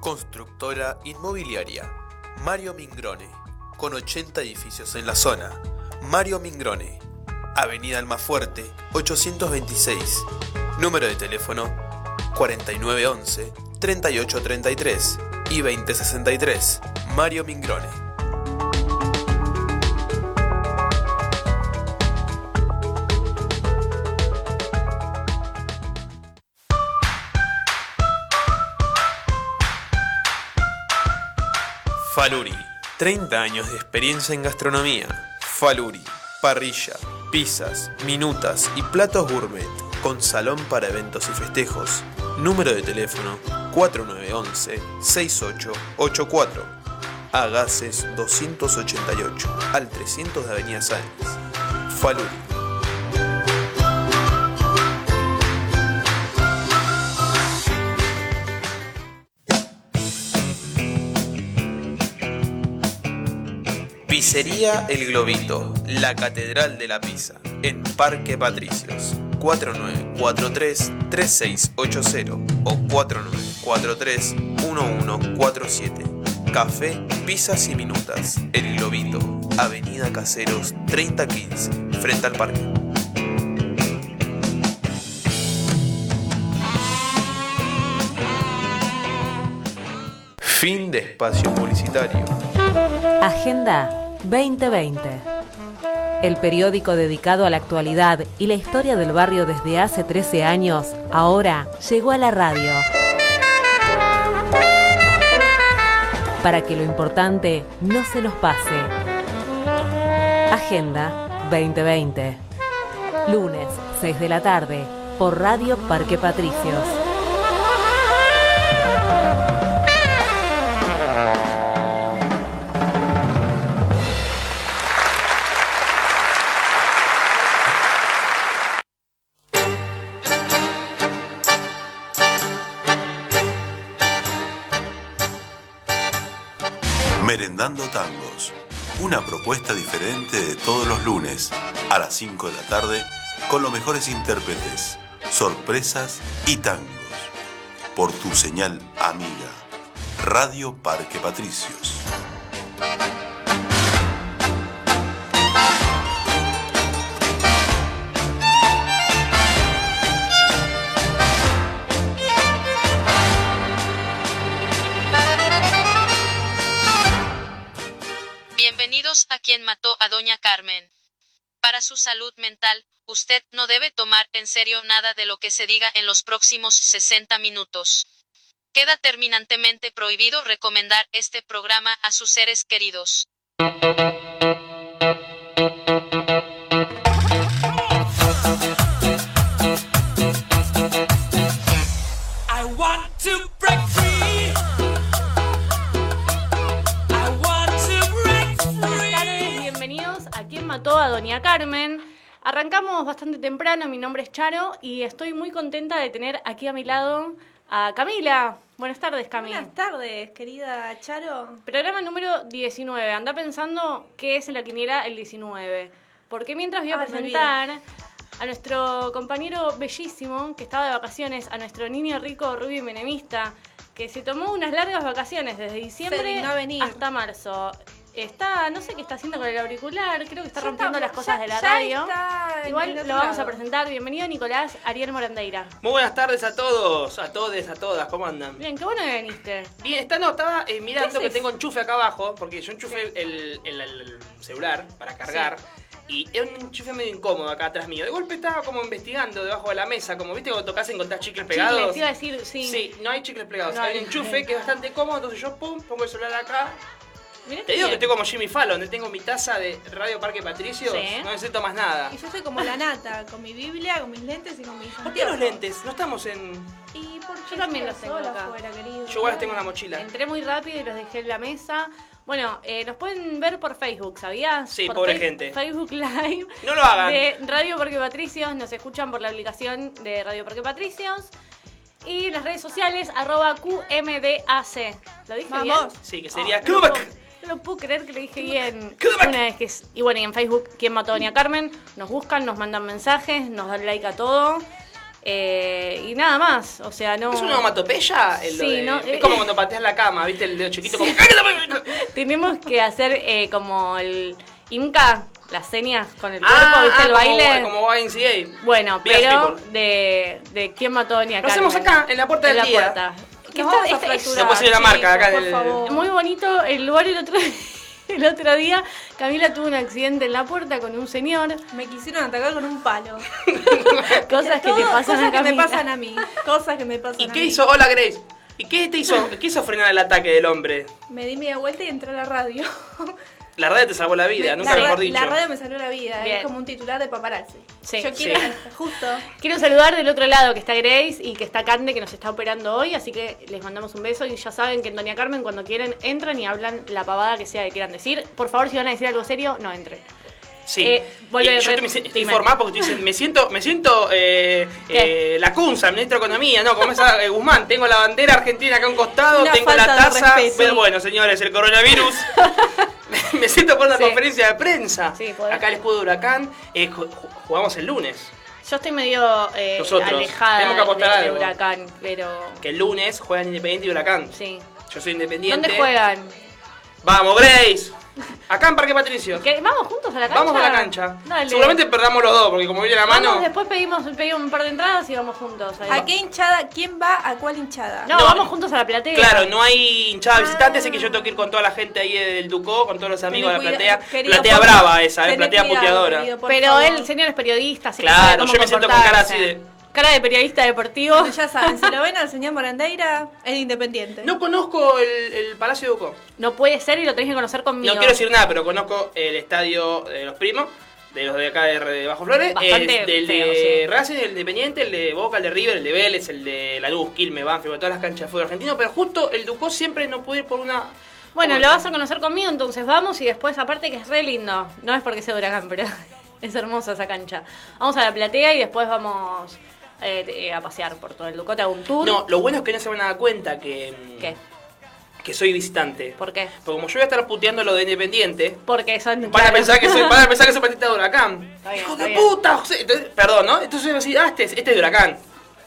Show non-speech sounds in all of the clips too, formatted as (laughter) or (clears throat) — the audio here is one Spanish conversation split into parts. Constructora inmobiliaria Mario Mingrone, con 80 edificios en la zona. Mario Mingrone, Avenida Almafuerte, 826. Número de teléfono 4911-3833 y 2063. Mario Mingrone. Faluri, 30 años de experiencia en gastronomía. Faluri, parrilla, pizzas, minutas y platos gourmet, con salón para eventos y festejos. Número de teléfono 4911-6884. Agases 288 al 300 de Avenida Sáenz. Faluri. Pizzería El Globito, la Catedral de la Pizza, en Parque Patricios. 4943-3680 o 4943-1147. Café, pizzas y minutas. El Globito, Avenida Caseros 3015, frente al parque. Fin de espacio publicitario. Agenda 2020. El periódico dedicado a la actualidad y la historia del barrio desde hace 13 años, ahora llegó a la radio. Para que lo importante no se nos pase. Agenda 2020. Lunes, 6 de la tarde, por Radio Parque Patricios. Merendando Tangos, una propuesta diferente de todos los lunes a las 5 de la tarde con los mejores intérpretes, sorpresas y tangos. Por tu señal amiga, Radio Parque Patricios. Bienvenidos a quien mató a Doña Carmen. Para su salud mental, usted no debe tomar en serio nada de lo que se diga en los próximos 60 minutos. Queda terminantemente prohibido recomendar este programa a sus seres queridos. I want to break free. I want to break Buenas tardes, free. bienvenidos a ¿Quién mató a Doña Carmen? Arrancamos bastante temprano, mi nombre es Charo y estoy muy contenta de tener aquí a mi lado a Camila. Buenas tardes, Camila. Buenas tardes, querida Charo. Programa número 19. Anda pensando qué es en la quiniela el 19. Porque mientras voy a Ah, me presentar a nuestro compañero bellísimo que estaba de vacaciones, a nuestro niño rico Rubio Menemista, que se tomó unas largas vacaciones desde Se diciembre dignó a venir. hasta marzo. Está, no sé qué está haciendo con el auricular, creo que está Ya rompiendo estamos, las cosas ya- de la ya radio. está en Igual el lo otro vamos a lado. presentar. Bienvenido Nicolás Ariel Morandeira. Muy buenas tardes a todos, a todos, a todas, ¿cómo andan? Bien, qué bueno que viniste. Bien, esta no, estaba eh, mirando ¿Qué que haces? tengo enchufe acá abajo, porque yo enchufe el, el- el celular para cargar. Y era un enchufe medio incómodo acá atrás mío. De golpe estaba como investigando debajo de la mesa, como viste cuando tocas encontrás chicles pegados. Chicles, te iba a decir, sí. Sí, no hay chicles pegados. No hay hay. un enchufe que es bastante cómodo, entonces yo pum, pongo el celular acá. Mirá Te qué digo que bien. estoy como Jimmy Fallon, donde tengo mi taza de Radio Parque Patricios, Sí. no necesito más nada. Y yo soy como la nata, con mi Biblia, con mis lentes y con mis ¿Por qué los anteojos. lentes? No estamos en... Y porque Yo también los estoy tengo sola acá. afuera, querido. Yo igual las tengo en la mochila. Entré muy rápido y los dejé en la mesa. Bueno, eh, nos pueden ver por Facebook, ¿sabías? Sí, Por pobre Face- gente. Facebook Live. No lo (laughs) hagan. De Radio Parque Patricios. Nos escuchan por la aplicación de Radio Parque Patricios. Y las redes sociales, arroba QMDAC. ¿Lo dije bien? Ah, Vamos. Sí, que sería... No, no, Kubak. no lo puedo creer que le dije bien. Kubak. Una vez que es- Y bueno, y en Facebook, ¿quién mató a Doña Carmen? Nos buscan, nos mandan mensajes, nos dan like a todo. Eh, y nada más, o sea, no... ¿Es una onomatopeya? el lo Sí, de- no, es eh, como eh. cuando pateas la cama, ¿viste? El dedo chiquito como... Tenemos que hacer eh, como el Inca, las señas con el cuerpo, Ah, ¿viste? ah, el como- baile. Como YMCA. Bueno, Bien, pero people. de, de quién mató a Doña Lo hacemos Carmen. acá, en la puerta del la día. puerta. Que Nos está- vamos a es- es fracturar, Después hay una chicos, marca acá por del- favor. muy bonito el lugar el otro, (laughs) el otro día. Camila tuvo un accidente en la puerta con un señor. Me quisieron atacar con un palo. Cosas que te Todo- pasan cosas a que me Camila. pasan a mí. Cosas que me pasan (laughs) ¿Y a qué mí. hizo? Hola, Grace. ¿Y qué te hizo? ¿Qué hizo frenar el ataque del hombre? Me di media vuelta y entré a la radio. La radio te salvó la vida, nunca la, mejor ra- dicho. la radio me salió la vida. Bien. Es como un titular de paparazzi. Sí, Yo quiero sí. justo. Quiero saludar del otro lado que está Grace y que está Cande que nos está operando hoy, así que les mandamos un beso y ya saben que en Doña Carmen cuando quieren entran y hablan la pavada que sea que quieran decir. Por favor, si van a decir algo serio, no entren. Sí. Eh, vuelve, Y yo re- te- me, estoy dime. informada porque tú dices, me siento, me siento eh, ¿Qué? eh, la Cunza, ministro de Economía, no, como esa eh, Guzmán, tengo la bandera argentina acá a un costado, Una tengo la falta de taza. respeto. Pero bueno, señores, (laughs) el coronavirus. me siento por una Sí. conferencia de prensa. Sí, podés. acá el escudo de huracán. eh, ju- ju- jugamos el lunes. Yo estoy medio eh, Nosotros. Tenemos que alejada apostar de, de algo. Huracán, pero Que el lunes juegan Independiente y Huracán. sí. Yo soy independiente. ¿Dónde juegan? Vamos, Grace. Acá en Parque Patricio. ¿Qué? ¿Vamos juntos a la cancha? Vamos a la cancha. Dale. Seguramente perdamos los dos, porque como viene la Vamos, mano. después pedimos, pedimos un par de entradas y vamos juntos. ahí. ¿A qué hinchada? ¿Quién va a cuál hinchada? No, No. vamos juntos a la platea. Claro, no hay hinchada visitante, Ah. así que yo tengo que ir con toda la gente ahí del Ducó, con todos los amigos de la Tené platea. cuida- querido, platea por- brava esa, eh, tené platea cuidado, puteadora. querido, por Pero favor. él, señor, es periodista, así que Claro, sabe cómo yo me siento con cara comportarse. así de- Cara de periodista deportivo. (laughs) Bueno, ya saben, si lo ven al señor Morandeira, es independiente. No conozco el, el Palacio de Ducó. No puede ser y lo tenés que conocer conmigo. No quiero decir nada, pero conozco el estadio de los primos, de los de acá de, de Bajo Flores, Bastante el, del feo, de sí. Racing, el de Independiente, el de Boca, el de River, el de Vélez, el de Lanús, Quilmes, Banfield, todas las canchas de fútbol argentino, pero justo el Ducó siempre no pude ir por una... Bueno, por- lo vas a conocer conmigo, entonces vamos y después, aparte que es re lindo. No es porque sea huracán, pero (laughs) es hermosa esa cancha. Vamos a la platea y después vamos eh, eh, a pasear por todo el Ducó. Te hago un tour. No, lo bueno es que no se van a dar cuenta que, ¿Qué? que soy visitante. ¿Por qué? Porque como yo voy a estar puteando lo de Independiente, Porque son. Van a claro. pensar que soy, van a pensar que soy patita de huracán. Está bien, ¡Hijo está de bien. puta! José! Entonces, perdón, ¿no? Entonces yo decía, ah, este, es- este es de huracán.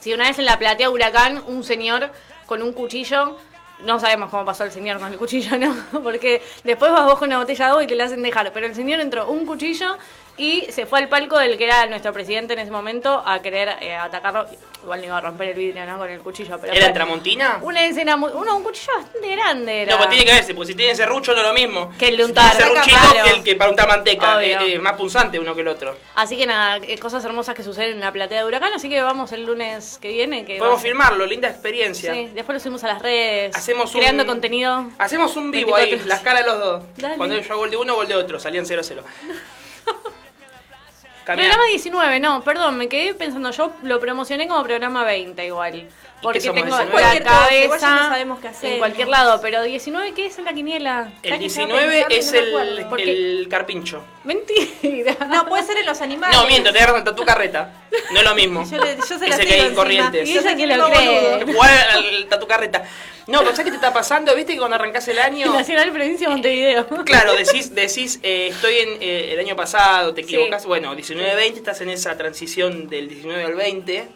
Si una vez en la platea Huracán, un señor con un cuchillo, no sabemos cómo pasó el señor con el cuchillo, ¿no? (laughs) Porque después vas vos con una botella de agua y te la hacen dejar. Pero el señor entró un cuchillo y se fue al palco del que era nuestro presidente en ese momento a querer eh, atacarlo. Igual no iba a romper el vidrio, ¿no? Con el cuchillo. Pero ¿Era fue en Tramontina? Una escena muy. Uno, un cuchillo bastante grande. Era. No, pues tiene que verse, porque si tienen serrucho no es lo mismo. Que el de Si untar, tienen serruchito claro. que el que para untar manteca. Obvio. Eh, eh, más punzante uno que el otro. Así que nada, eh, cosas hermosas que suceden en la platea de Huracán. Así que vamos el lunes que viene. Que Podemos va- filmarlo, linda experiencia. Sí, después lo subimos a las redes. Hacemos un- creando contenido. Hacemos un vivo ahí, 24. las caras de los dos. Dale. Cuando yo hago el de uno, gol de otro. (laughs) Salían 0-0. Camila, Programa 19, no, perdón, me quedé pensando, yo lo promocioné como programa 20 igual. Porque somos, tengo 19? la Cualquier cosa, igual cabeza ya no sabemos qué hacer. en cualquier lado, pero 19, ¿qué es en la quiniela? el que 19 estaba es pensando y no me el, acuerdo. el carpincho. Mentira. (laughs) No, puede ser en los animales. No, miento, tenés razón, está tu carreta. No es lo mismo. (laughs) Yo, le- yo se Ese la que hay en tiro Corrientes. encima. Y ella se que lo toma cree. (laughs) boludo. Jugar al tatu carreta. No, pero ¿sabes qué te está pasando? ¿Viste que cuando arrancás (laughs) el año? Nacional Provincia de (laughs) Montevideo. Claro, decís, decís eh, estoy en eh, el año pasado, te Sí. equivocas. Bueno, 19-20, estás en esa transición del 19 al 20.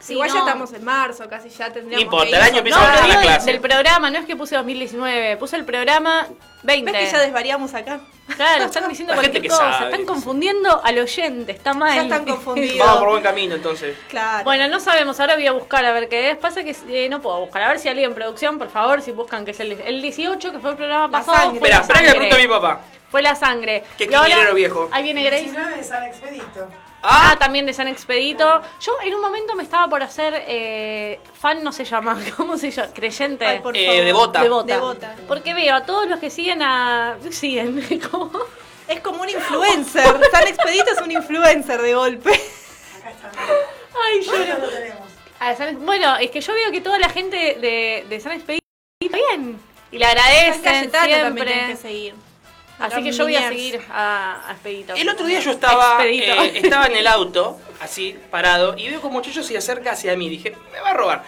Sí, Igual no. ya estamos en marzo, casi ya tendríamos. No importa, que el ir. año empieza No, a lo volver digo a de- clase. del programa, no es que puse 2019, puse el programa 20. ¿Ves que ya desvariamos acá? Claro, están diciendo (laughs) La gente cualquier que cosa, sabe. están confundiendo al oyente, está mal. (laughs) Ya están confundidos. Vamos por buen camino entonces. Claro. Bueno, no sabemos, ahora voy a buscar a ver qué es. Pasa que eh, no puedo buscar. A ver si alguien en producción, por favor, si buscan que es el, el 18, que fue el programa La pasado. sangre. Fue Espera, la espera que le pregunto a mi sangre. papá. Fue la sangre. Qué Y ahora- quinquilero viejo. Ahí viene Grace. 19 de San Expedito. Ah, también de San Expedito. Yo en un momento me estaba por hacer eh, fan, no se llama, (laughs) ¿cómo se llama? Creyente. Ay, por Eh, favor. devota. Devota. Devota. Porque veo a todos los que siguen a. (laughs) Siguen. ¿cómo? Es como un influencer. Tan expedito es un influencer de golpe. Ay, Ya lloro. lo tenemos. A San- Bueno, es que yo veo que toda la gente de, de San Expedito está bien. Y le agradecen también tenés siempre. que seguir. Así que yo voy a Miniers. seguir a, a Expedito. El otro día yo estaba, Expedito. eh, (laughs) estaba en el auto, así, parado, y veo como un muchacho se acerca hacia mí. Dije, me va a robar.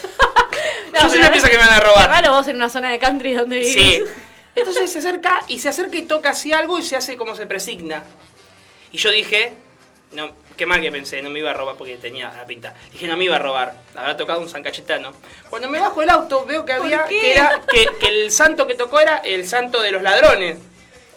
(laughs) yo siempre pero- pienso que me van a Qué robar. raro vos en una zona de country donde vivís. Sí. Entonces se acerca y se acerca y toca así algo y se hace como se presigna. Y yo dije, no, Qué mal que pensé, no me iba a robar porque tenía la pinta. Dije, no me iba a robar, habrá tocado un San Cayetano. Cuando me bajo del auto veo que ¿Por había qué? que, era, que, que el santo que tocó era el santo de los ladrones.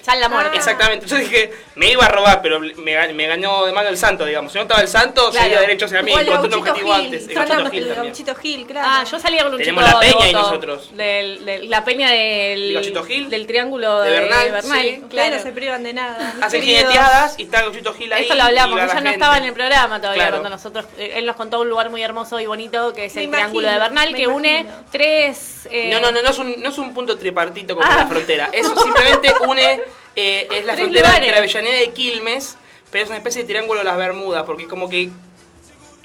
Sal la Ah, muerte. Exactamente, yo dije, me iba a robar, pero me, ga- me ganó de mano el santo, digamos. Si no estaba el santo, Claro. sería derecho hacia mí, O el encontré un gauchito objetivo Gil, antes. son El gauchito los- Gil el también. gauchito Gil, claro. Ah, yo salía con un Tenemos chico la peña y devoto nosotros. Del, del- la peña del, ¿El Gauchito Gil? del triángulo De de Bernal, Bernal. sí. claro. Claro, se privan de nada. mis Hacen queridos. jineteadas y está el gauchito Gil ahí. Esto lo y hablamos, va ella la no gente. estaba en el programa todavía Claro. cuando nosotros, eh, él nos contó un lugar muy hermoso y bonito que es Me el imagino, Triángulo de Bernal me que une imagino. tres... eh, No, no, no, no es un, no es un punto tripartito como Ah. (laughs) la frontera. Eso simplemente une, eh, es la Tres frontera lugares. entre Avellaneda y Quilmes, pero es una especie de triángulo de las Bermudas, porque como que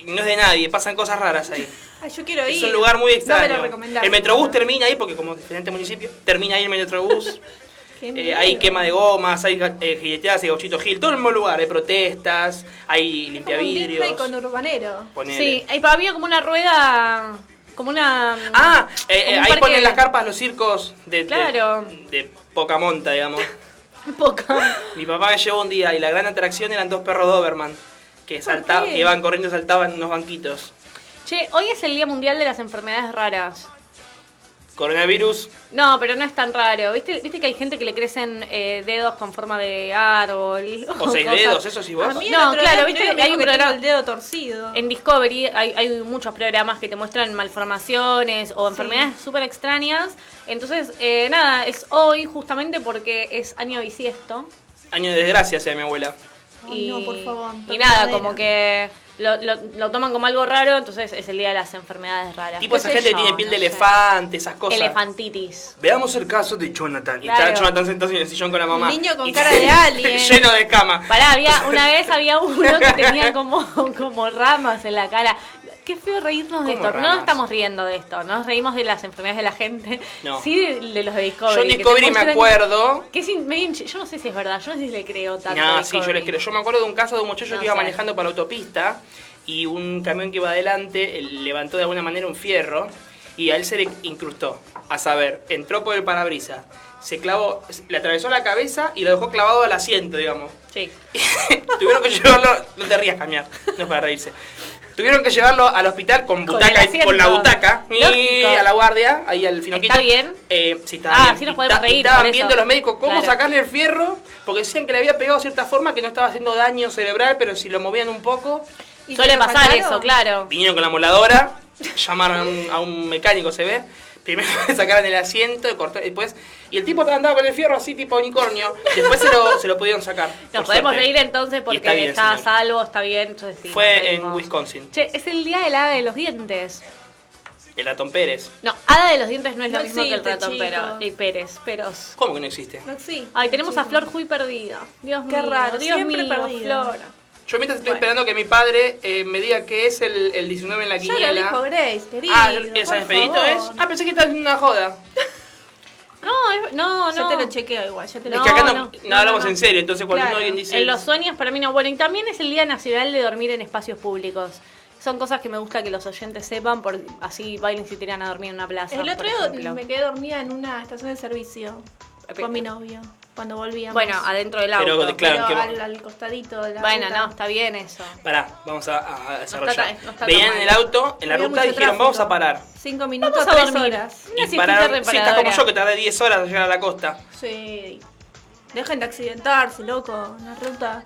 no es de nadie, pasan cosas raras ahí. Ay, yo quiero ir. Es un lugar muy No me extraño. lo recomendaste. el Metrobús termina ahí, porque como diferente municipio, termina ahí el Metrobús. (laughs) Qué Eh, miedo. hay quema de gomas, hay eh, jineteadas, hay gauchito Gil, todo el mismo lugar, hay protestas, hay Como un Disney limpiavidrios. con urbanero. ponele. Sí, ahí había como una rueda, como una... Ah, eh, como eh, un ahí parque- ponen las carpas los circos de, de- Claro. de poca monta, digamos. Poca. Mi papá me llevó un día y la gran atracción eran dos perros Doberman que saltaban, qué? que iban corriendo y saltaban en unos banquitos. Che, hoy es el Día Mundial de las Enfermedades Raras. Coronavirus, No, pero no es tan raro. ¿Viste, viste que hay gente que le crecen eh, dedos con forma de árbol? o (laughs) seis cosas? dedos, eso sí vos. A mí el No, otro claro, día viste, creo que hay me un dijo que tengo programa- el dedo torcido. En Discovery hay, hay muchos programas que te muestran malformaciones o enfermedades súper extrañas. Entonces, eh, nada, es hoy justamente porque es año bisiesto. Año de desgracia, sea mi abuela. Ay, no, por favor, Y nada, tocadera. como que lo, lo- lo toman como algo raro, entonces es el día de las enfermedades raras. Tipo ¿Qué esa sé gente que yo? tiene piel No de sé. elefante, esas cosas. Elefantitis. Veamos el caso de Jonathan. Y Claro. está Jonathan sentado en el sillón con la mamá. Un niño con Y- cara (laughs) de alien. lleno de cama. Pará, había, una vez había uno que tenía como, como ramas en la cara. Qué feo reírnos de esto. ¿Cómo No ramas? nos estamos riendo de esto. No nos reímos de las enfermedades de la gente. No. Sí, de, de los de Discovery. Yo en que te Discovery me muestran- acuerdo. Que es in- medio hinche- yo no sé si es verdad. Yo no sé si le creo tanto. a No, sí, yo Discovery. les creo. Yo me acuerdo de un caso de un muchacho No que iba sé. manejando para la autopista y un camión que iba adelante eh, levantó de alguna manera un fierro y a él se le incrustó. A saber, entró por el parabrisas, se clavó, le atravesó la cabeza y lo dejó clavado al asiento, digamos. Sí. (laughs) Tuvieron que llevarlo. No te rías, cambiar, no es para reírse. Tuvieron que llevarlo al hospital con Con butaca, el y- con la asiento. butaca, y Lógico. a la guardia, ahí al finoquito. ¿Está bien? Eh, sí, estaba Ah, bien. sí nos Y podemos ta- y reír por Estaban eso. viendo los médicos cómo Claro. sacarle el fierro, porque decían que le había pegado de cierta forma, que no estaba haciendo daño cerebral, pero si lo movían un poco. ¿Y se Suele lo pasar sacaron? eso, claro. Vinieron con la moladora, llamaron a un, a un mecánico, se ve. Primero (laughs) le sacaron el asiento, y cortó- después. Y el tipo andaba con el fierro así, tipo unicornio. Después se lo, se lo pudieron sacar. Nos por podemos suerte. reír entonces porque Y está está, bien, a señor. salvo, está bien. entonces sí, nos Fue en reímos. Wisconsin. Che, es el día del hada de los dientes. El ratón Pérez. No, hada de los dientes no es lo No mismo que el existe, ratón pero, chicos. y Pérez, peros. ¿Cómo que no existe? No existe. Ay, tenemos a Flor Huy perdida. Dios Qué mío, raro, Dios siempre mío, perdida. Flor. Yo mientras estoy Bueno. esperando que mi padre eh, me diga qué es el, el 19 en la Ya lo dijo quiniela. Grace, querido. Ah, ¿esa por despedito favor. es? Ah, pensé que estaba haciendo una joda. No, es- no, Ah, Yo no. te lo chequeo igual, yo te lo es que acá no, no, no no, hablamos no. en serio, entonces cuando Claro, alguien dice. En los sueños para mí no. Bueno, y también es el Día Nacional de Dormir en Espacios Públicos. Son cosas que me gusta que los oyentes sepan, por, así bailen si tiran a dormir en una plaza. El por otro ejemplo. día me quedé dormida en una estación de servicio con mi novio cuando volvíamos. Bueno, adentro del Pero, auto. claro, Pero ¿en qué- al, al costadito de la Bueno, ruta. no, está bien eso. Pará, vamos a- a, a está desarrollar. tan- no está tan Venían en mal. el auto, en la Había ruta, mucho dijeron, tráfico. vamos a parar. Cinco minutos, Vamos a tres dormir. horas. Una y siestita pararon. Sí, está como reparadora. yo que tardé 10 horas en llegar a la costa. Sí. Dejen de accidentarse, loco, en la ruta.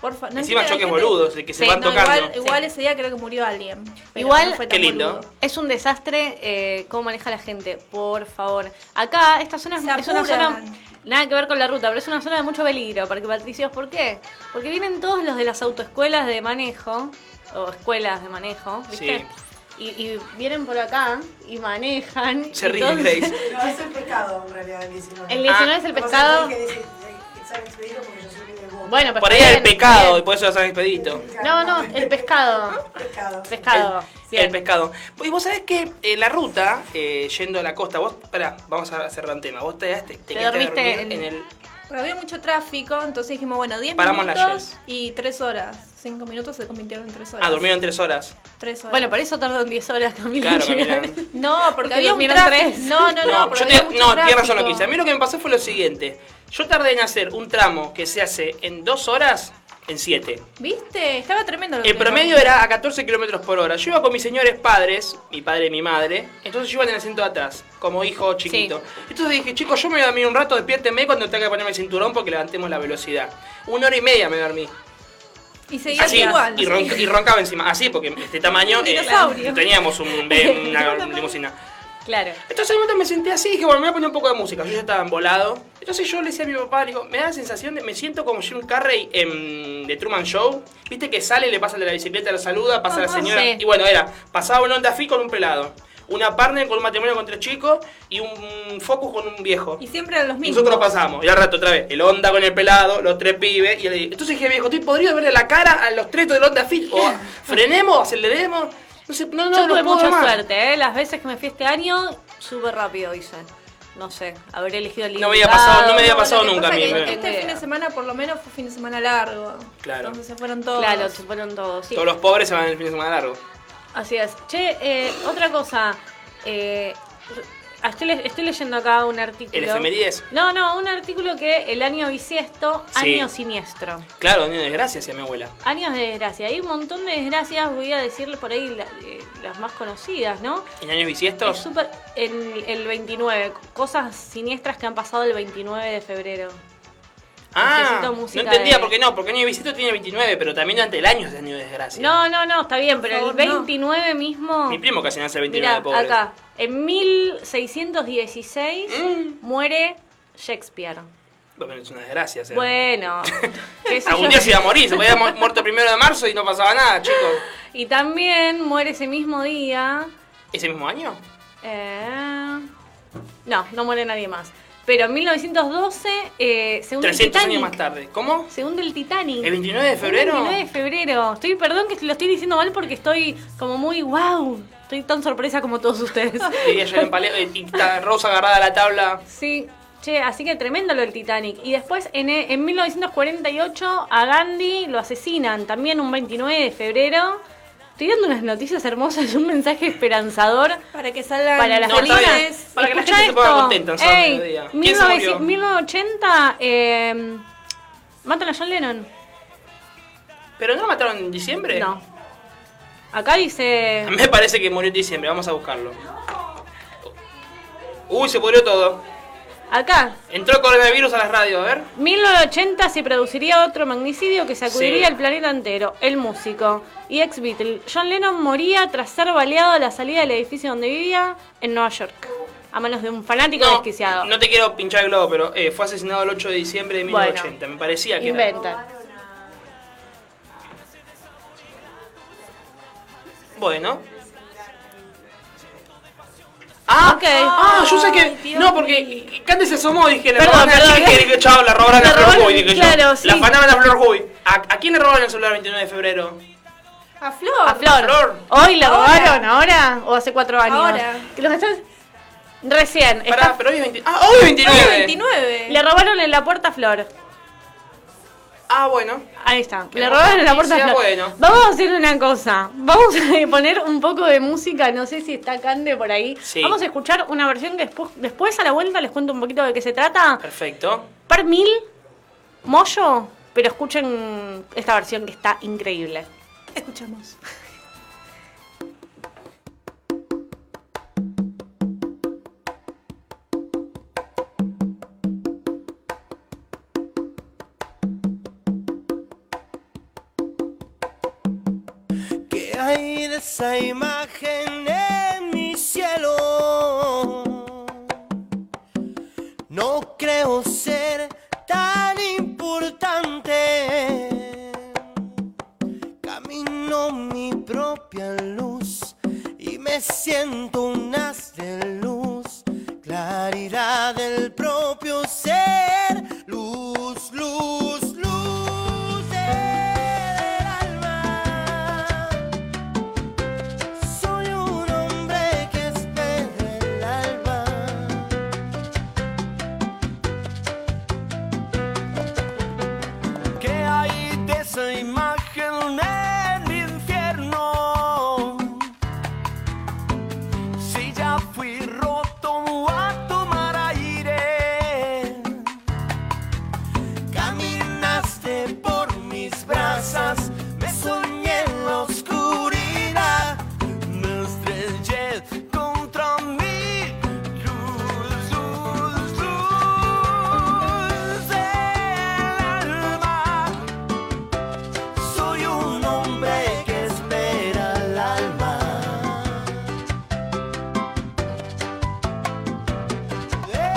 Porfa, no Encima entiendo, choques hay gente- boludos, el que se Sí, van No, tocando. igual, igual ese día creo que murió alguien. pero Igual- no fue tan Qué lindo. boludo. Es un desastre eh, cómo maneja la gente, por favor. Acá, esta zona es, Se es una zona. apuran. Nada que ver con la ruta, pero es una zona de mucho peligro. Porque, Patricios, ¿por qué? Porque vienen todos los de las autoescuelas de manejo, o escuelas de manejo, ¿viste? Sí. Y, y vienen por acá y manejan. Se y ríen, todos- Grace. Ah. No, es el pescado en realidad el 19. El 19 es el pescado. Que dice, ¿sabes pedirlo? Porque yo soy de vos. Bueno, pero Por Pues ahí está era el bien, pecado, y bien. por eso lo saben expedito. No, no, el pescado. Pescado. Pescado. El, el bien. pescado. Y vos sabés que en la ruta, eh, yendo a la costa, vos, pará, vamos a cerrar un tema. Vos te, te, te quedaste dormiste dormida en- en el Pero había mucho tráfico, entonces dijimos, bueno, 10 Paramos la minutos y 3 horas. 5 minutos se convirtieron en 3 horas. Ah, durmieron tres horas. Tres horas. Bueno, por eso tardan 10 horas Camila. en (laughs) Claro, llegar. Camila. No, porque, Porque había un durmieron tráfico. tres. No, no, no. No, porque yo había te- mucho no, tienes razón tráfico. lo que hice. A mí lo que me pasó fue lo siguiente. Yo tardé en hacer un tramo que se hace en dos horas, en 7. ¿Viste? Estaba tremendo. lo que El tenía. promedio era a 14 kilómetros por hora. Yo iba con mis señores padres, mi padre y mi madre, entonces yo iba en el asiento de atrás, como hijo chiquito. Entonces dije, chicos, yo me voy a dormir un rato, despiértenme cuando tenga que ponerme el cinturón porque levantemos la velocidad. Una hora y media me dormí. Y seguía Así, igual. y, ronca- y roncaba encima, así, porque este tamaño Un eh, dinosaurio. teníamos (laughs) un, ve- una limusina. Claro. Entonces de momento me senté así y dije, bueno, me voy a poner un poco de música. Yo ya estaba embolado. Entonces yo le decía a mi papá, le digo, me da la sensación de, me siento como Jim Carrey en The Truman Show. Viste que sale, le pasa el de la bicicleta, la saluda, pasa a la Ajá, señora. sí. Y bueno, era, pasaba un Honda Fit con un pelado. Una partner con un matrimonio con tres chicos y un Focus con un viejo. Y siempre eran los mismos. Nosotros pasamos, y al rato otra vez, el Honda con el pelado, los tres pibes, y el... entonces dije, viejo, estoy podrido de verle la cara a los tres del Honda (laughs) Fit, o frenemos, aceleremos, no sé, no, no, Yo no tuve puedo mucha más. suerte, ¿eh? Las veces que me fui este año, súper rápido hice. No sé, habré elegido el No me había pasado, no me había Bueno, pasado lo que nunca a pasa mí. es que me- Este fin de semana, por lo menos, fue fin de semana largo. Claro. Entonces se fueron todos. Claro, se fueron todos. Sí. Todos los pobres se van el fin de semana largo. Así es. Che, eh, otra cosa. Eh, estoy, le- estoy leyendo acá un artículo. El efemérides, No, no, un artículo que el año bisiesto, Sí. año siniestro. claro, ni desgracias a mi abuela. Años de desgracia. Hay un montón de desgracias, voy a decirle por ahí la- eh, las más conocidas, ¿no? En años Es bisiestos, súper. El, el 29, cosas siniestras que han pasado el 29 de febrero. ah, necesito no música entendía de- por qué no, porque año bisiestos tiene 29, pero también durante el año es año de desgracia. No, no, no, está bien, pero el favor, no. 29 mismo. Mi primo casi nace el 29 Mirá, de pobre. acá. En 1616 ¿Eh? muere Shakespeare. Mm. Bueno, es una desgracia. o sea. Bueno. (laughs) qué sé Algún yo. día se iba a morir, se podía haber mu- muerto el primero de marzo y no pasaba nada, chicos. Y también muere ese mismo día. ¿Ese mismo año? eh, No, no muere nadie más. Pero en 1912, eh, según 300 el Titanic. años más tarde. ¿Cómo? Según el Titanic. ¿El 29 de febrero? El 29 de febrero. Estoy, perdón que lo estoy diciendo mal porque estoy como muy wow. Estoy tan sorpresa como todos (laughs) ustedes. Diría yo en paleo, y está Rosa agarrada a la tabla. Sí, che, así que tremendo lo del Titanic. Y después en, en 1948 a Gandhi lo asesinan, también un 29 de febrero. Estoy dando unas noticias hermosas, un mensaje esperanzador. Para que salgan Para las No, está bien. personas. Para que la Escuchá gente se ponga esto. contenta, entonces, Ey, el día. ¿Quién se 1900 murió? 1980 eh, matan a John Lennon. ¿Pero no lo mataron en diciembre? No. Acá dice. A mí (laughs) Me parece que murió en diciembre, vamos a buscarlo. Uy, se pudrió todo. Acá, Entró coronavirus a las radios, a ver. 1980 se produciría otro magnicidio que sacudiría Sí. el planeta entero, el músico y ex Beatle. John Lennon moría tras ser baleado a la salida del edificio donde vivía en Nueva York, a manos de un fanático desquiciado. no te quiero pinchar el globo, pero eh, fue asesinado el 8 de diciembre de Bueno. 1980. Me parecía que era. Inventa. Bueno. Ah, Ok. ah yo sé Ay, que. Dios No, porque Candy se asomó y dije, le Perdón, robaron a perdón. la chica y dije, chao, la robaron a Le la Flor robaron- Huy. Dije, yo, claro, sí. La fanaban a Flor Huy. ¿A, a quién le robaron el celular el 29 de febrero? A Flor. A Flor. Flor. Hoy la Ahora. robaron, ahora o hace cuatro años. Ahora. Que los estás- Recién. Pará, está- pero hoy es 20 Ah, hoy es 29. Ay, 29. Le robaron en la puerta a Flor. Ah, bueno. Ahí está, Qué le robaron en la puerta a noticia, Flor. bueno. Vamos a hacer una cosa. Vamos a (laughs) poner un poco de música, no sé si está Cande por ahí. Sí. Vamos a escuchar una versión que después, después a la vuelta les cuento un poquito de qué se trata. Perfecto. Par mil, Moyo, pero escuchen esta versión que está increíble. Escuchamos. que hay de esa imagen en mi cielo. No creo ser tan importante. Camino mi propia luz y me siento un haz de luz, claridad del propio ser. Luz, luz, luz del alma. Soy un hombre que espera el alma Eh.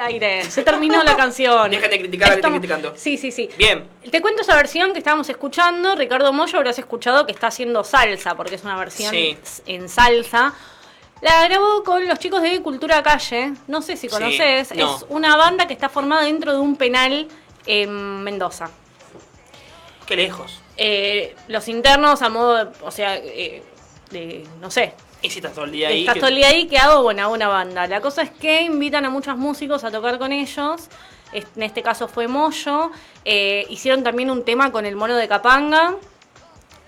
aire. Se terminó (laughs) la canción. Dejen de criticar a la que Estamos- estoy criticando. Sí, sí, sí. Bien. Te cuento esa versión que estábamos escuchando. Ricardo Mollo habrás escuchado que está haciendo salsa, porque es una versión Sí. en salsa. La grabó con los chicos de Cultura Calle. No sé si Sí, conoces. no. Es una banda que está formada dentro de un penal en Mendoza. Qué lejos. Eh, los internos, a modo. de- o sea, eh, de, no sé, Y si estás todo el día ahí. Estás que- todo el día ahí, ¿qué hago? Bueno, hago una banda. La cosa es que invitan a muchos músicos a tocar con ellos. Es- En este caso fue Moyo. Eh, hicieron también un tema con el mono de Capanga.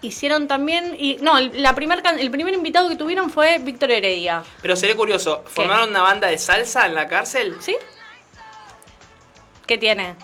Hicieron también. Y, no, el, la primer, can- el primer invitado que tuvieron fue Víctor Heredia. Pero seré curioso, ¿formaron una banda de salsa en la cárcel? ¿Sí? ¿Qué tiene?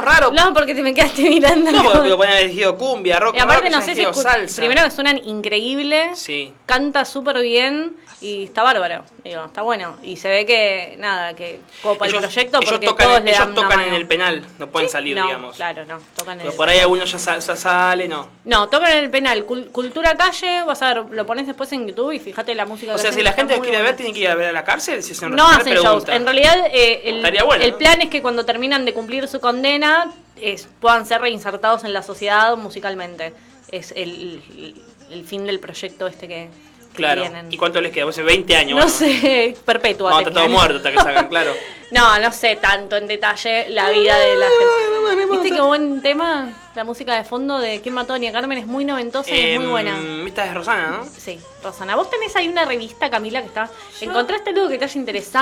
(laughs) raro. No, porque te me quedaste mirando. No, (laughs) porque lo ponían elegido cumbia, rock. y aparte, rock, no ya sé si. elegido escu- salsa. Primero que suenan increíbles. Sí. canta súper bien y está bárbaro. Digo, está bueno. Y se ve que, nada, que copa el proyecto ellos porque tocan, todos en- le ellos dan una tocan mano. en el penal, no pueden Sí, salir, no, digamos. claro, no. Tocan en Pero el por ahí algunos ya, sal- ya sale, no. No, tocan en el penal. Cul- Cultura Calle, vas a ver, lo pones después en YouTube y fíjate la música. O que sea, hacen, si la está gente muy quiere buena. ver, tiene que ir a ver a la cárcel. Si es una No real hacen shows. pregunta. En realidad, eh, el, Estaría bueno, el ¿no? plan es que cuando terminan de cumplir su condena es- puedan ser reinsertados en la sociedad musicalmente. Es el, el- el fin del proyecto este que, que Claro. tienen. ¿Y cuánto les queda? Pues 20 años. No bueno. sé, perpetua. No, está todo tenían. muerto hasta que salgan, claro. No, no sé tanto en detalle (laughs) la vida de la gente. ¿Viste qué buen tema? La música de fondo de ¿Quién mató a Doña Carmen? Es muy noventosa y es muy Em, buena. Esta es Rosana, ¿no? Sí, Rosana. Vos tenés ahí una revista, Camila, que está... ¿Encontraste algo que te haya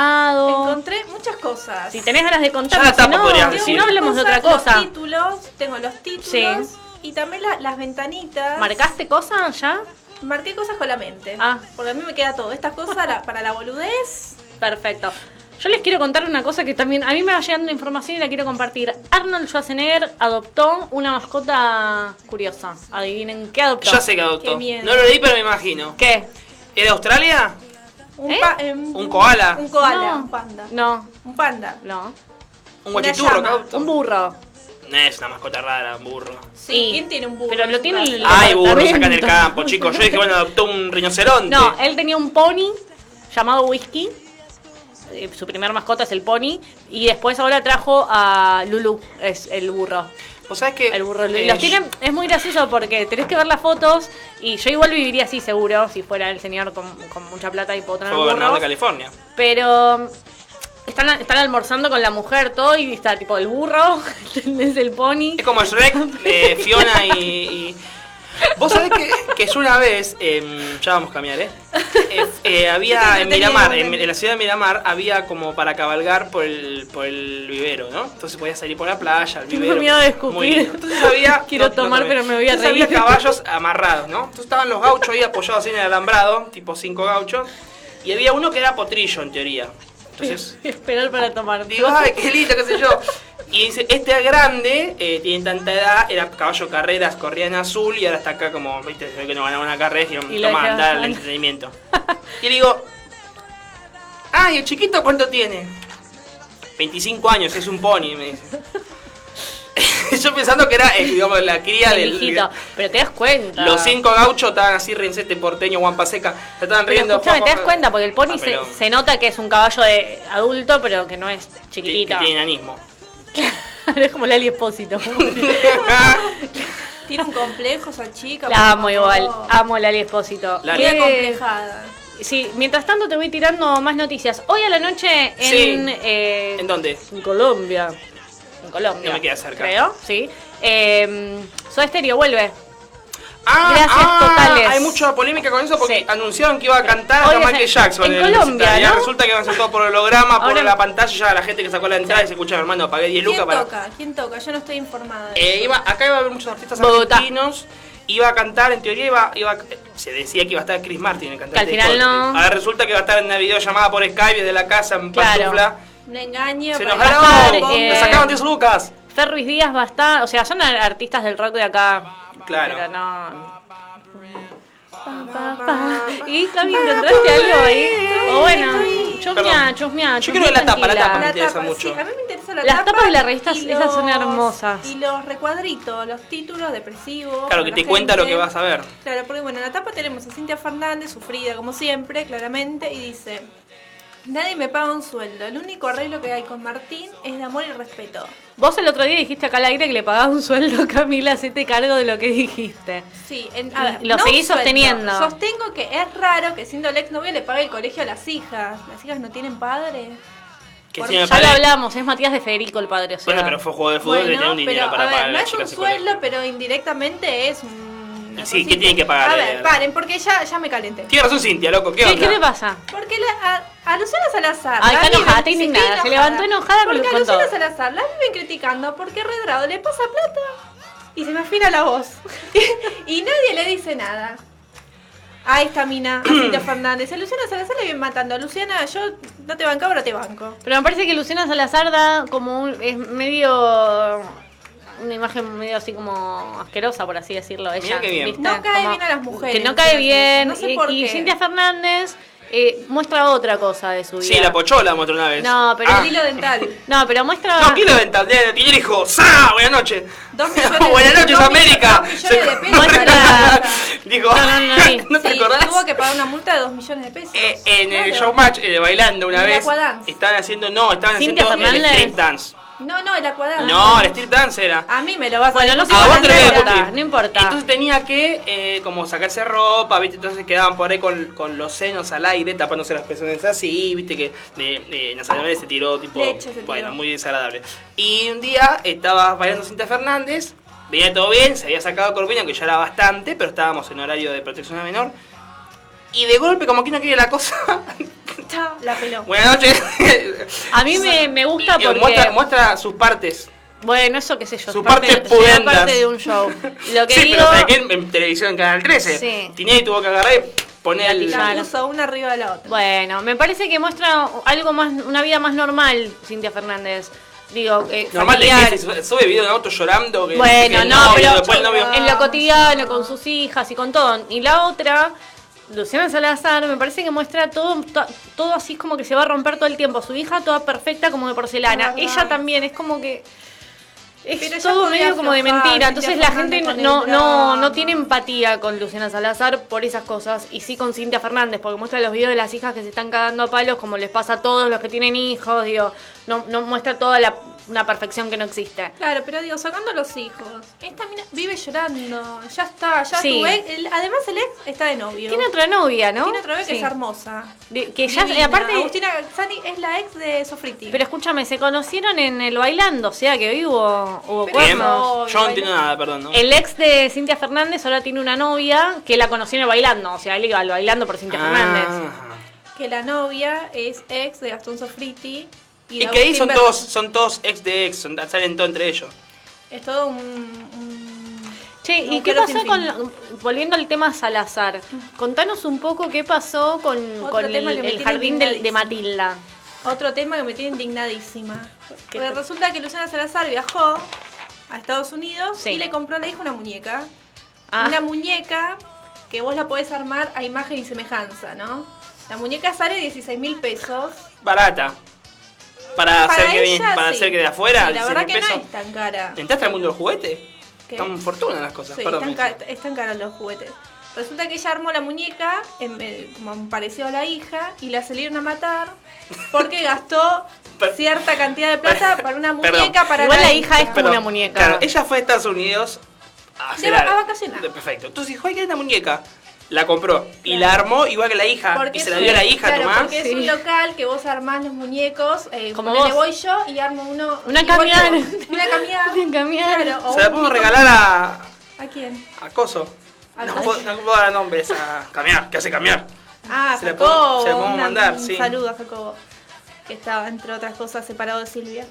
interesado? Encontré muchas cosas. Si tenés ganas de contar, Ya la si tapa, podrías no, Tengo decir. si no muchas hablamos de otra cosas, cosa. Los títulos, tengo los títulos Sí. y también la- las ventanitas. ¿Marcaste cosas ya? Marqué cosas con la mente. Ah. Porque a mí me queda todo. Estas cosas la- para la boludez. Perfecto. Yo les quiero contar una cosa que también a mí me va llegando información y la quiero compartir. Arnold Schwarzenegger adoptó una mascota curiosa. Adivinen qué adoptó. Ya sé que adoptó. Qué miedo. No lo leí, pero me imagino. ¿Qué? ¿Era de Australia? Un, ¿Eh? pa- em, ¿Un koala? Un koala, No. un panda. No, Un panda. no. Una ¿Un guachiturro? llama, ¿qué adoptó? Un burro. No, es una mascota rara, un burro. Sí. Y- ¿Quién tiene un burro? Pero lo en su tiene casa? el- Ay, burro, acá en el departamento. campo, chicos. Yo dije, bueno, adoptó un rinoceronte. No, él tenía un pony llamado Whisky. Eh, su primer mascota es el pony. Y después ahora trajo a Lulu, es el burro. ¿Vos sabés que El burro Lulu. eh, Y los tiene- es muy gracioso porque tenés que ver las fotos. Y yo igual viviría así seguro, si fuera el señor con, con mucha plata y puedo tener Fue gobernador de burros. California. Pero um, están, están almorzando con la mujer todo y está tipo el burro, (laughs) es el pony. (laughs) Es como Shrek, eh, Fiona y, y- Vos sabés que, que yo una vez, em, ya vamos a cambiar, ¿eh? Eh, (laughs) eh, había en Miramar, en, en la ciudad de Miramar, había como para cabalgar por el, por el vivero, ¿no? Entonces podías salir por la (laughs) playa, al Tengo vivero. miedo de Muy escupir. lindo. Entonces había. (laughs) Quiero tomar, tomé. pero me voy a Entonces reír. Había caballos amarrados, ¿no? Entonces estaban los gauchos ahí apoyados en el alambrado, tipo cinco gauchos, y había uno que era potrillo, en teoría. Entonces. Esperar para tomar. Digo, ay, qué lindo, qué sé yo. Y dice, este es grande, eh, tiene tanta edad, era caballo carreras, corría en azul y ahora está acá como, viste, se ve que no ganaba una carrera y dijeron, Y lo toma, dejaron. anda al entretenimiento. Y le digo, ay, el chiquito cuánto tiene? 25 años, es un pony, me dice. (laughs) yo pensando que era, eh, digamos, la cría El del... hijito. Pero te das cuenta. Los cinco gauchos estaban así, rincete porteño, guampa seca, se estaban Pero riendo. escuchame, Juan, te das Juan, cuenta, porque el pony Ah, se, pero- se nota que es un caballo de adulto, pero que no es que- que chiquitito. tiene enanismo. (laughs) (laughs) es como Lali Espósito. Tiene un complejo esa chica. La por amo favor. igual, Ah. amo a Lali Espósito. Lali. Queda Eh, complejada. Sí, mientras tanto te voy tirando más noticias. Hoy a la noche en... Sí. eh, ¿En dónde? En Colombia. En Colombia. No me queda cerca. Creo, sí. Eh, Soda Stereo vuelve. Ah, Gracias ah, totales. Hay mucha polémica con eso porque Sí. anunciaron que iba a cantar Hoy hasta va a Michael ser- Jackson. en el Colombia, musical. Ya ¿no? resulta que van a ser todo por holograma, Ahora- por la pantalla. Ya la gente que sacó la entrada y se escucha, hermano, pagué 10 ¿Quién lucas para. toca? ¿Quién toca? Yo no estoy informada. de Eh, iba, acá iba a haber muchos artistas Bogotá. argentinos. Iba a cantar, en teoría iba, iba a- se decía que iba a estar Chris Martin, el cantante. Que al final de Coldplay. no. Ahora resulta que va a estar en una videollamada por Skype desde la casa en Claro. pues, pantufla. Un engaño. Se para- Pasar, enojaron, eh, le sacaron 10 lucas. Fer Ruiz Díaz va a estar... O sea, son ar- artistas del rock de acá. Claro. Pero no... Pa, pa. (laughs) Y Cami, ¿encontraste algo ahí? O bueno, chusmea, Perdón. chusmea, Yo quiero la tapa, la tapa. La Me interesa tapa, mucho. sí, a mí me interesa la Las tapa tapas de las revistas, y esas son los- hermosas. Y los recuadritos, los títulos depresivos. Claro, que para te la cuenta lo gente. que vas a ver. Claro, porque bueno, en la tapa tenemos a Cintia Fernández, sufrida como siempre, claramente, y dice: Nadie me paga un sueldo. El único arreglo que hay con Martín es de amor y respeto. Vos el otro día dijiste acá al aire que le pagabas un sueldo, Camila, hacete cargo de lo que dijiste. Sí, en- Y lo un seguís sueldo. sosteniendo. Sostengo que es raro que siendo el exnovio le pague el colegio a las hijas. Las hijas no tienen padre. Que Por- encima Ya me lo parece- hablamos, es Matías de Federico el padre. O sea, Bueno, pero fue jugador de fútbol, debe tener un dinero pero, para a ver, pagar a no las es un chicas sueldo, pero indirectamente es un... Y sí, ¿qué tiene que pagar, A eh? ver, paren, porque ya, ya me calenté. Tienes razón, Cintia, loco, ¿qué ¿Qué, onda? ¿Qué le pasa? Porque la, a, a Luciana Salazar. Ay, la está viven- enojada, está sí, indignada, estoy se levantó enojada con- Porque a con Luciana todo. Salazar la viven criticando porque Redrado le pasa plata y se me afina la voz. (laughs) y nadie le dice nada. A esta (clears throat) mina, a Cintia Fernández. A Luciana Salazar le vienen matando. Luciana, yo no te bancaba, no te banco. Pero me parece que Luciana Salazar da como un. es medio. una imagen medio así como asquerosa, por así decirlo. Ella. qué bien. ¿viste? No cae Como bien a las mujeres, Que no Luciana cae Salazar. bien. No sé y, por y qué. Cintia Fernández eh, muestra otra cosa de su vida. Sí, la pochola mostró una vez. No, pero Ah. El hilo dental. No, pero muestra. No quiero ventandera, tiene hijo. ¡Sa! Buenas noches. Dos millones de- (laughs) Buenas noches, dos América. millones- dos millones de pesos Se- para- (laughs) Dijo, No, no, no, sí. (laughs) (laughs) ¿no te Sí, acordás? Tuvo que pagar una multa de 2 millones de pesos. Eh, en el Claro. showmatch eh, bailando En una el vez Aquadance. estaban haciendo no estaban Cintia haciendo el Fernández. street dance No, no, el acuadado. no el street dance era A mí me lo vas a Bueno, no sé A Ah, vos te lo voy no a importa, discutir. no importa. Entonces tenía que eh, como sacarse ropa, ¿viste? Entonces quedaban por ahí con, con los senos al aire, tapándose las pezones así, ¿viste? Que eh, eh, Nazareno Vélez se tiró, tipo, Leche se bueno, tiró. muy desagradable. Y un día estaba bailando Cinta Fernández, venía todo bien, se había sacado corpiño, que ya era bastante, pero estábamos en horario de protección al menor. Y de golpe, como que no quería la cosa, (laughs) Chao, la peló. buenas noches. A mí (laughs) me, me gusta Y, eh, porque. muestra, muestra sus partes. Bueno, eso qué sé yo. Su es parte será pudendas. parte de un (laughs) show. Lo que sí, digo. pero ¿sabés qué? en, en televisión en Canal 13. Sí. Tinelli tuvo que agarrar y poner el... Gatillar. La Claro. puso una arriba de la otra. Bueno, me parece que muestra algo más, una vida más normal, Cintia Fernández. Digo, eh, Normal, familiar. le dice, sube video en auto llorando. Que, que Bueno, el no, novio, pero después el novio. en lo cotidiano, con sus hijas y con todo. Y la otra, Luciana Salazar, me parece que muestra todo, to- todo así como que se va a romper todo el tiempo. Su hija toda perfecta como de porcelana. Es verdad. Ella también, es como que... Es Pero ella todo podía medio como de aflojar, mentira. Cintia Entonces la gente Fernández con el no, no, no drama. tiene empatía con Luciana Salazar por esas cosas. Y sí con Cintia Fernández, porque muestra los videos de las hijas que se están cagando a palos como les pasa a todos los que tienen hijos. Digo, no, no muestra toda la, una perfección que no existe. Claro, pero digo, sacando los hijos. Esta mina vive llorando. Ya está, ya Sí. tu ex. el- además, el ex está de novio. Tiene otra novia, ¿no? Tiene otro novio que Sí. es hermosa. De- que ya, Divina. aparte, Agustina Gazzani es la ex de Sofriti. pero escúchame, se conocieron en el bailando, o sea que hoy hubo, hubo Pero- Bien. cuernos. Obvio, Yo no entiendo nada, perdón. ¿no? El ex de Cintia Fernández ahora tiene una novia que la conoció en el bailando, o sea, él iba al bailando por Cintia Fernández. Ah. Que la novia es ex de Gastón Sofriti. Y, de que ahí Agustín son Bergman. todos, son todos ex de ex, son- salen todos entre ellos. Es todo un. un- Che, ¿y un qué agujero pasó sin con, fin. la- volviendo al tema Salazar, contanos un poco qué pasó con, Otro con el, tema que me el tiene jardín del- de, indignadísima. Matilda? Otro tema que me tiene indignadísima. ¿Qué Porque te- resulta que Luciana Salazar viajó a Estados Unidos Sí. y le compró a la hija una muñeca. Ah. Una muñeca que vos la podés armar a imagen y semejanza, ¿no? La muñeca sale 16 mil pesos. Barata. Para, Para hacer que, bien- ella, para sí. hacer que de afuera, Sí, la verdad 16.000 que pesos. no es tan cara. ¿Entraste al mundo del juguete? ¿Qué? Están fortuna las cosas, Sí, perdón. están, ca- están caros los juguetes. Resulta que ella armó la muñeca, en, eh, como pareció a la hija, y la salieron a matar porque gastó Per- cierta cantidad de plata para una (laughs) Perdón. muñeca para Igual la hija es como Pero, una muñeca. Claro, ella fue a Estados Unidos a hacer De va- algo. a vacacionar. De- Perfecto. Entonces dijo, hay que una muñeca. La compró y la armó igual que la hija. Porque y se es la dio a un- la hija claro, nomás. Porque es un local que vos armás los muñecos, eh, Como como le vos. voy yo y armo uno. Una igual que camiada. vos. Una (laughs) camiada. Una camiada. Claro, o Se la un- podemos regalar a, ¿A quién? a Coso. ¿A No Coso? puedo, no puedo dar nombres a Camiar, que hace Camiar. Ah, Se la Jacobo, podemos- se la podemos una- mandar, un sí. saludo a Jacobo, que estaba, entre otras cosas, separado de Silvia.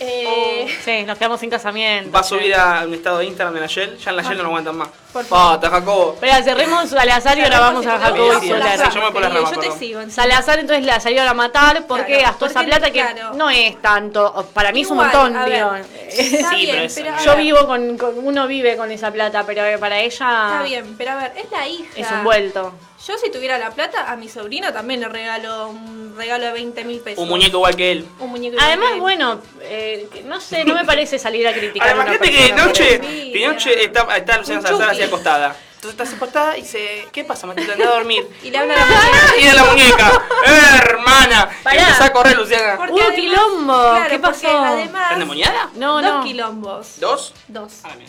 Eh, oh, (laughs) Sí, nos quedamos sin casamiento. Va a subir a un estado de Instagram de Nayel. Ya en Nayel no lo aguantan más. Ah. Por favor. Pata, Jacobo. Espera, cerremos Salazar y ahora vamos a Cerramos y Jacobo Jacobo ponemos y sí, la Solar. Solar. sí, frase, yo me voy por las querido, ramas, Yo te perdón. sigo. encima. Salazar entonces la salieron a matar porque Claro, gastó esa porque, plata que claro. no es tanto, o- para mí Igual, es un montón, a ver, (laughs) digo. Está (laughs) Sí, bien, pero pero, es- a Yo ver, vivo con, con- uno vive con esa plata, pero eh, para ella Está bien, pero a ver, es la hija. es un vuelto. Yo si tuviera la plata, a mi sobrino también le regalo un regalo de 20 mil pesos. Un muñeco igual que él. Un muñeco Además, igual. bueno, eh, que no sé, no me parece salir a criticar. a Ahora, una imagínate que persona por noche, eso. que noche está, está Luciana Un Salazar así chupi. acostada. Entonces está acostada y dice, ¿qué pasa, Matita? Anda a (laughs) dormir. Y le habla a la muñeca. (laughs) Y de la muñeca, ¡Eh, hermana. Pará. Empieza a correr, Luciana. Porque ¡Uh, además- quilombo! Claro, ¿Qué porque pasó? Además, ¿Está endemoniada? No, dos no. quilombos. ¿Dos? Dos. Ah, bien.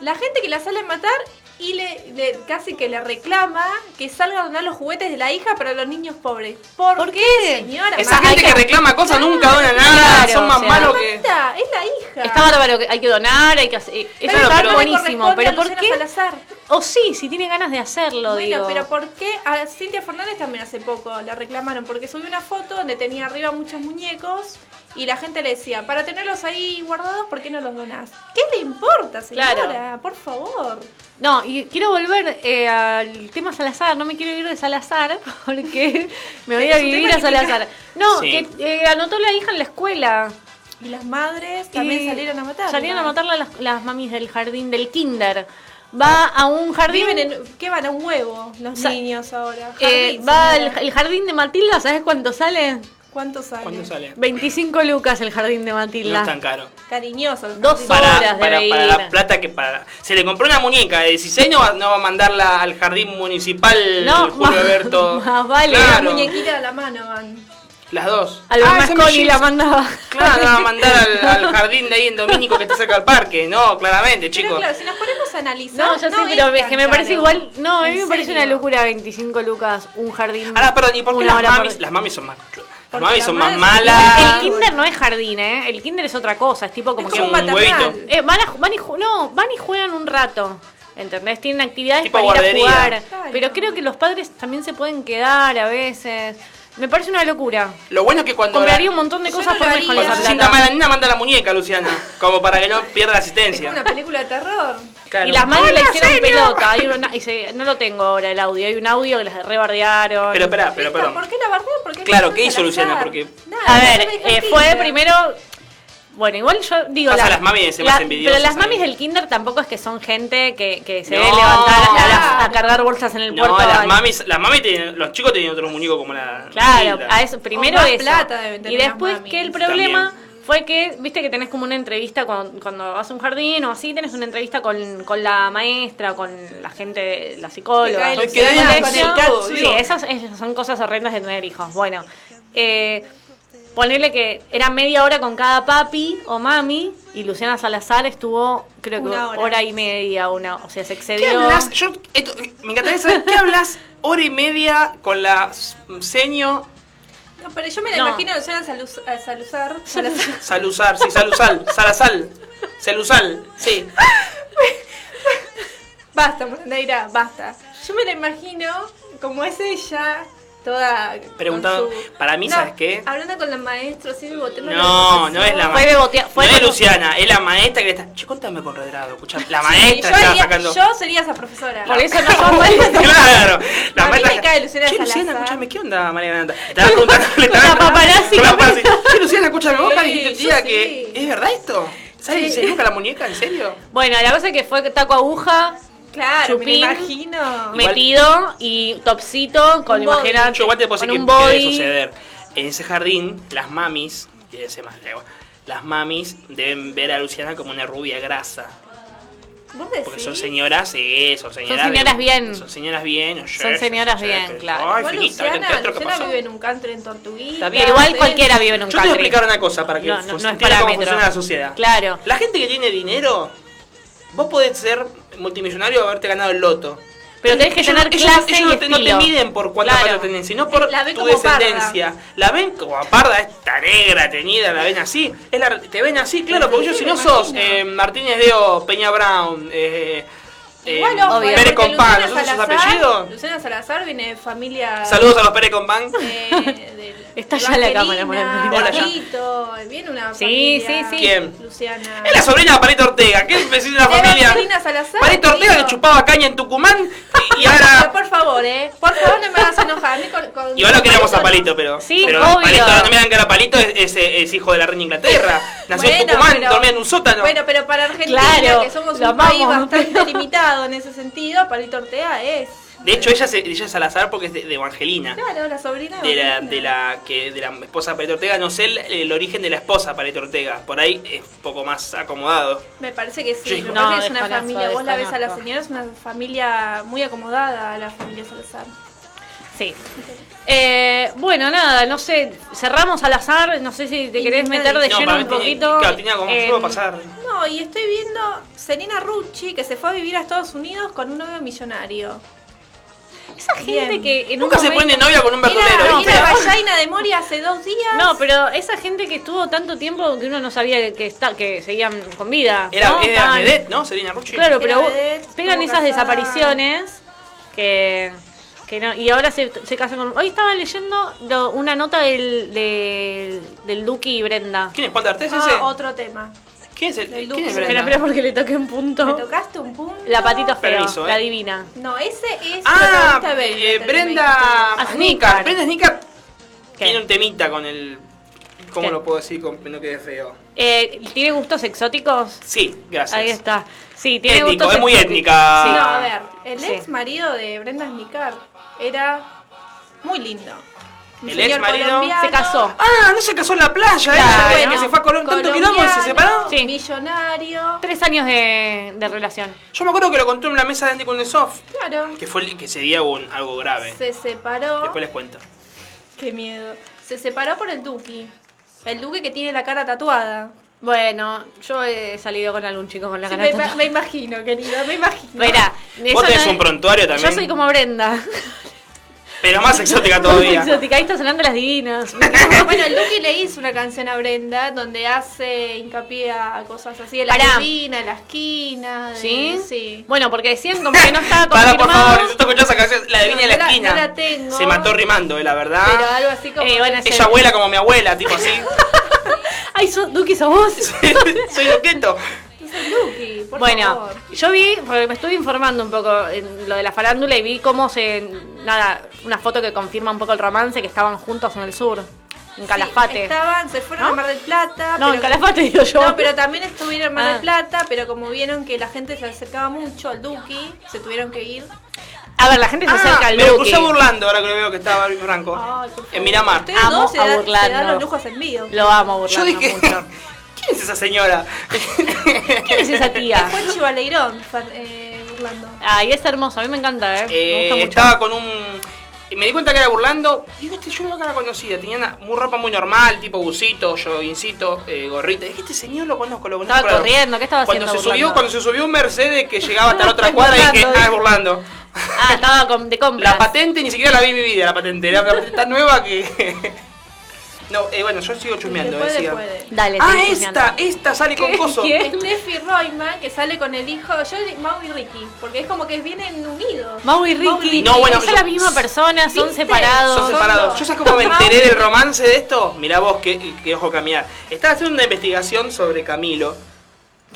La gente que la sale a matar y le, le- casi que le reclama que salga a donar los juguetes de la hija para los niños pobres. ¿Por, ¿Por qué, qué? señora? Esa Mamá, gente que reclama cosas nunca dona nada, Claro, son más o sea, malos que... mamita, es la hija. Está bárbaro, que hay que donar, hay que hacer. eh, Eso Pero está no le buenísimo, corresponde a pero ¿por Luciana qué? Salazar. O sí, si tiene ganas de hacerlo, Bueno, digo. pero ¿por qué? A Cintia Fernández también hace poco la reclamaron porque subió una foto donde tenía arriba muchos muñecos y la gente le decía, para tenerlos ahí guardados, ¿por qué no los donás? ¿Qué le importa, señora? Claro. Por favor. No, y quiero volver eh, al tema Salazar. No me quiero ir de Salazar (laughs) porque me voy a Es un vivir tema a (laughs) Salazar. No, Sí. que eh, anotó la hija en la escuela. Y las madres también Y salieron a matar. Salieron a matarla las, las mamis del jardín, del kinder. Va a un jardín. Ah. Viven en, ¿Qué van a un huevo los Sa- niños ahora? eh, Jardín, va al señora. el jardín de Matilda, ¿sabes cuánto sale? ¿Cuánto sale? ¿Cuándo sale? 25 lucas el jardín de No Matilda. es tan caro. Cariñoso. el Dos jardín. horas Para, de para, para reír. la plata que para... Se le compró una muñeca de 16, no va, no va a mandarla al jardín municipal No, Julio más- Alberto. (laughs) más vale. La Claro, muñequita de la mano van. las dos. Al Ah, más esa Coli me- la (laughs) mandaba. Claro, la va a mandar al, al jardín de ahí en Domínico que está cerca del parque. No, claramente, Pero chicos. claro, si nos ponemos a analizar. No, yo sí, es pero es tan que me parece caro. igual. No, a mí ¿En me parece serio? una locura 25 lucas, un jardín. Ahora, perdón, ¿y por qué una las hora por- mamis, las mamis son más... Las Porque mamis las son más madres- El malas. kinder no es jardín, ¿eh? El kinder es otra cosa, es tipo como Es que. como un un maternal. huevito. Eh, van, a, ju- van, y, ju- no, van y juegan un rato. ¿Entendés? Tienen actividades Tipo para ir guardería. a jugar. Claro. Pero creo que los padres también se pueden quedar a veces. Me parece una locura. Lo bueno es que cuando... Compraría un montón de Yo cosas no por lo menos con haría. Cuando esa se Plata. sienta plata. mal la nena, manda la muñeca, Luciana. Como para que no pierda la Es como asistencia. una película de terror. Claro. Y las madres la hicieron pelota. Hay una- y se- no lo tengo ahora el audio. Hay un audio que las rebardearon. Pero espera, pero Esta, perdón. ¿Por qué la bardean? ¿Por qué la Claro, dejaron ¿qué hizo al Luciana? azar? Porque- Nada, A no ver, me dejó eh, el fue Tinder. primero. Bueno, igual yo digo. Pasa la- las mamis y se me la- hacen Pero envidiosas las ahí. mamis del kinder tampoco es que son gente que, que se No. ve levantar a, a- a cargar bolsas en el No, puerto. las al- mamis, las mamis tienen- los chicos tenían otros muñecos como la. Claro, Hilda. a eso, primero O más eso. plata deben tener y después las mamis. que el problema fue que, viste que tenés como una entrevista cuando, cuando vas a un jardín o así, tenés una entrevista con, con la maestra, con la gente, la psicóloga. Te cae el Sí, celular eso- con el catsup. Sí, esas, esas son cosas horrendas de tener hijos. Bueno, eh, ponerle que era media hora con cada papi o mami y Luciana Salazar estuvo, creo que Una hora. hora. y media, una, o sea, se ¿Qué excedió. hablas? Yo, esto- me encantaría saber qué hablas hora y media con la s- seño No, pero yo me la eh, No. imagino a Luciana Saluz- a (laughs) Saluzar. Salazar. Saluzar, sí, Saluzal, Salazal, Saluzal, sí. Basta, Morandeira, basta. Yo me la imagino como es ella, toda. con Preguntando- su- para mí, ¿sabes qué? Hablando con los maestros, sí, botando No, no es la Fue maestra. bebotea, No fue es como- Luciana, es la maestra que le está. Che, contame con Redrado, escuchá. La Sí, yo, maestra está haría- sacando. yo sería esa profesora. Por eso (laughs) no (laughs) son buenas. Claro, la A mí maestra- me cae Luciana Che, Luciana, Salazar. escúchame, ¿qué onda, María Granda? Estaba preguntando, le estaba la paparazzi con la que paparazzi. Che, Luciana, escúchame, vos Sí, dijiste yo tía sí. que. ¿Es verdad esto? ¿Sabes? ¿Se busca la muñeca? ¿En serio? Bueno, la cosa es que fue taco aguja, Claro, Chupín. me la imagino. Igual- metido y topsito con Un imagínate Yo igual te puedo con un decir que, que debe body. suceder. En ese jardín, las mamis, y ese más lejos, las mamis deben ver a Luciana como una rubia grasa. ¿Vos Porque decís? son señoras, sí, son señoras. de- señoras bien. Son señoras bien. oye, Son señoras oye, bien, que- claro. Ay, Igual finita, Luciana, ¿viste otro que Luciana pasó? vive en un country en Tortuguita. Está bien. Pero igual ¿sí? cualquiera vive en un Yo te voy a country. explicar una cosa para que No, no, no es entiendas cómo parámetro. funciona la sociedad. Claro. La gente que tiene dinero, vos podés ser multimillonario o haberte ganado el loto. Pero tenés que Ellos tener no- ellos clase y no- ellos no, te- no te estilo. miden por cuántas Claro. patas tenés, sino por La ven tu como descendencia. La ven como parda, esta negra teñida, la ven así. Es la- te ven así, claro, porque Sí, ellos si me no sos imagino. eh, Martínez Deo, Peña Brown, eh, eh, Igual, ojo, Obvio. eh, Pérez porque Compán, Luciana ¿no son sus Salazar- apellidos? Luciana Salazar viene de familia. Saludos a los Pérez Compán. (laughs) eh, del- Está ya la cámara, Evangelina, Hola, ya. Pablito, eh, viene una Sí, familia. sí, sí. ¿Quién? Luciana. Es la sobrina de Parito Ortega, que es vecina de la De familia. Evangelina Salazar, Parito Ortega digo. que chupaba caña en Tucumán y, y Pero ahora. por favor, eh. Por favor, no me hagas enojar. ni con- con- Igual lo queremos a con- Palito, pero. Sí, pero obvio. Palito, ahora no me dan cara a Palito, es, es- es hijo de la reina Inglaterra. Nació en Bueno, Tucumán, pero- dormía en un sótano. Bueno, pero para Argentina, Claro, que somos lo un país amamos, bastante pero- limitado en ese sentido, Palito Ortega es. De hecho, ella, se- ella es Salazar porque es de, de Evangelina. Claro, la sobrina De la, Valentina. de, la, que, de la esposa de Paleta Ortega, no sé el, el origen de la esposa de Paleta Ortega, por ahí es un poco más acomodado. Me parece que sí. Sí. me No, parece que es una desconozco, familia. Vos la ves a la desconozco. señora, es una familia muy acomodada, la familia Salazar. Sí. Eh, bueno, nada, no sé, cerramos al azar, no sé si te querés meter de No, lleno para un mí tenía- poquito. eh, claro, tenía como en- algo a pasar. No, y estoy viendo Selena Rucci que se fue a vivir a Estados Unidos con un novio millonario. Esa gente Bien. que en un Nunca se momento- pone novia con un verdulero. Mira, ¿viste? mira, Vallaina de Moria hace dos días. No, pero esa gente que estuvo tanto tiempo que uno no sabía que, que está, que seguían con vida. Era, ¿no? era Estaban- Medet, ¿no? Selena Rucci. Claro, pero Era vos- vedette, pegan estuvo esas casada. desapariciones que, que no. Y ahora se, se casan con. Hoy estaba leyendo lo- una nota del, del, del Duki y Brenda. ¿Quién es Juan de Artes Ah, ese? otro tema. ¿Quién es el? del ¿Quién Duque. es Espera, Brenda? espera, porque le toqué un ¿Me punto. tocaste un punto? La patita feo, Permiso, eh. la divina. No, ese es. Ah, protagonista de eh, Velvet, el que Brenda Ah, Snicker. Snicker. Brenda Snicker ¿Qué? tiene un temita con el. ¿Cómo ¿Qué? lo puedo decir? Con, no quede feo. Eh, ¿Tiene gustos exóticos? Sí, gracias. Ahí está. Sí, tiene Étnico, gustos es muy exóticos. étnica. me- Sí, No, no, a ver. El Sí. ex marido de Brenda Snicker era muy lindo. Un El señor ex marido- colombiano, se casó. Ah, no se casó en la playa, Claro, ella, que bueno, se fue a Colón tanto quilombo y se colombiano, separó. Sí. Millonario. Tres años de, de relación. Yo me acuerdo que lo contó en la mesa de Andy Kuznetsov, Claro. que fue el- que sería un, algo grave. Se separó. Después les cuento. Qué miedo. Se separó por el Duque. El Duque que tiene la cara tatuada. Bueno, yo he salido con algún chico con la Sí, cara me, tatuada. me imagino, querido, (laughs) me imagino. Verá, eso Vos no tenés es- un prontuario también. Yo soy como Brenda. (laughs) Pero más exótica todavía. (laughs) Exótica, ahí está sonando las divinas. Bueno, el Duque le hizo una canción a Brenda donde hace hincapié a cosas así, de la Pará. esquina, la esquina. de- ¿sí? Sí. Bueno, porque decían como que no estaba (laughs) Para, por confirmado. favor, si tú escuchás esa canción, la de No, Viña de la no la- Esquina. no la tengo. Se mató rimando, eh, la verdad. Pero algo así como. Eh, bueno, Ella abuela como mi abuela, (laughs) tipo así. Ay, so, Duki, sos vos. Soy loqueto. Es el Duque, por bueno, favor. yo vi, porque me estuve informando un poco en lo de la farándula y vi cómo se. Nada, una foto que confirma un poco el romance que estaban juntos en el sur, en Sí, Calafate. estaban, se fueron ¿No? a Mar del Plata. no, pero- en Calafate digo yo. No, pero también estuvieron en Mar Ah. del Plata, pero como vieron que la gente se acercaba mucho al Duque, se tuvieron que ir. A ver, la gente se acerca Ah, al me lo Duki. crucé burlando ahora que lo veo que estaba Barbie Franco. Ay, por favor. en Miramar. Ah, Ustedes Amo dos se, a dan- se Burlando. dan los lujos en vivo. Lo amo, burlando Yo dije, mucho. (laughs) ¿quién es esa señora? ¿Quién es esa tía? Fue Chivaleirón, Fer- eh, Burlando. Ay, es hermoso, a mí me encanta, ¿eh? Eh, me gusta mucho. estaba con un... y Me di cuenta que era burlando. Digo, este yo no la conocía. Tenía una, muy ropa muy normal, tipo busito, joguincito, eh, gorrita. Dije, este señor lo conozco, lo conozco. Estaba por algo. corriendo, ¿qué estaba Cuando se haciendo subió, burlando? cuando se subió un Mercedes que llegaba hasta la otra Es cuadra, dije, burlando, ah, es dice. burlando. Ah, estaba con- de compras. La patente ni siquiera la vi en mi vida, la patente. Era una patente tan nueva que. (laughs) no, eh, bueno, yo sigo chusmeando, Después, decía. después. Dale, Ah, sigue esta, chusmeando. esta sale con coso. ¿Quién? Steffi Royman, que sale con el hijo, yo Mau y Ricky, porque es como que vienen unidos. Mau y Ricky. No, bueno, son yo- la misma persona, son ¿Viste? Son separados. separados. Son Yo sabes cómo me dos. enteré del romance de esto. Mirá vos, que, que ojo caminar. Estaba haciendo una investigación sobre Camilo.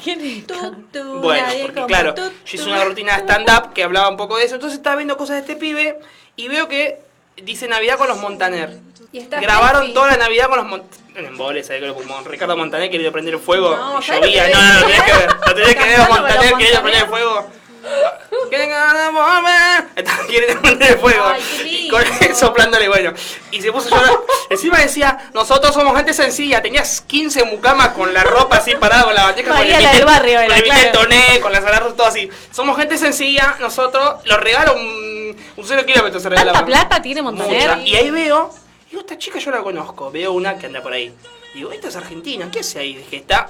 ¿Quién es? Tú, tú, Bueno, nadie porque como claro, tú, yo hice tú. una rutina de stand-up que hablaba un poco de eso. Entonces estaba viendo cosas de este pibe y veo que dice Navidad con los Montaner. Y está Grabaron Steffi. toda la Navidad con los Montaner. En boles, ahí con el pulmón. Ricardo Montaner querido prender fuego. No, y ¿sabes lo llovía. que No, no, no, tenés que ver. No tenés que Cantando con ver los los Montaner Montaner. querido prender fuego. Que ganamos, amén. Entonces quiere prender fuego. Ay, qué Y lindo. con (laughs) soplándole, bueno. Y se puso a llorar. Encima decía, nosotros somos gente sencilla. Tenías 15 mucamas con la ropa así parada, con la bandeja, con María el la del billete- barrio con era, el claro. billete Toné, con las alarmas, todo así. Somos gente sencilla, nosotros los regalo un, un cero kilómetro. Se regala ¿Tanta plata tiene Montaner? Y ahí veo, digo, esta chica yo la conozco. Veo una que anda por ahí. Digo, esta es argentina, ¿qué hace ahí? Dije, está.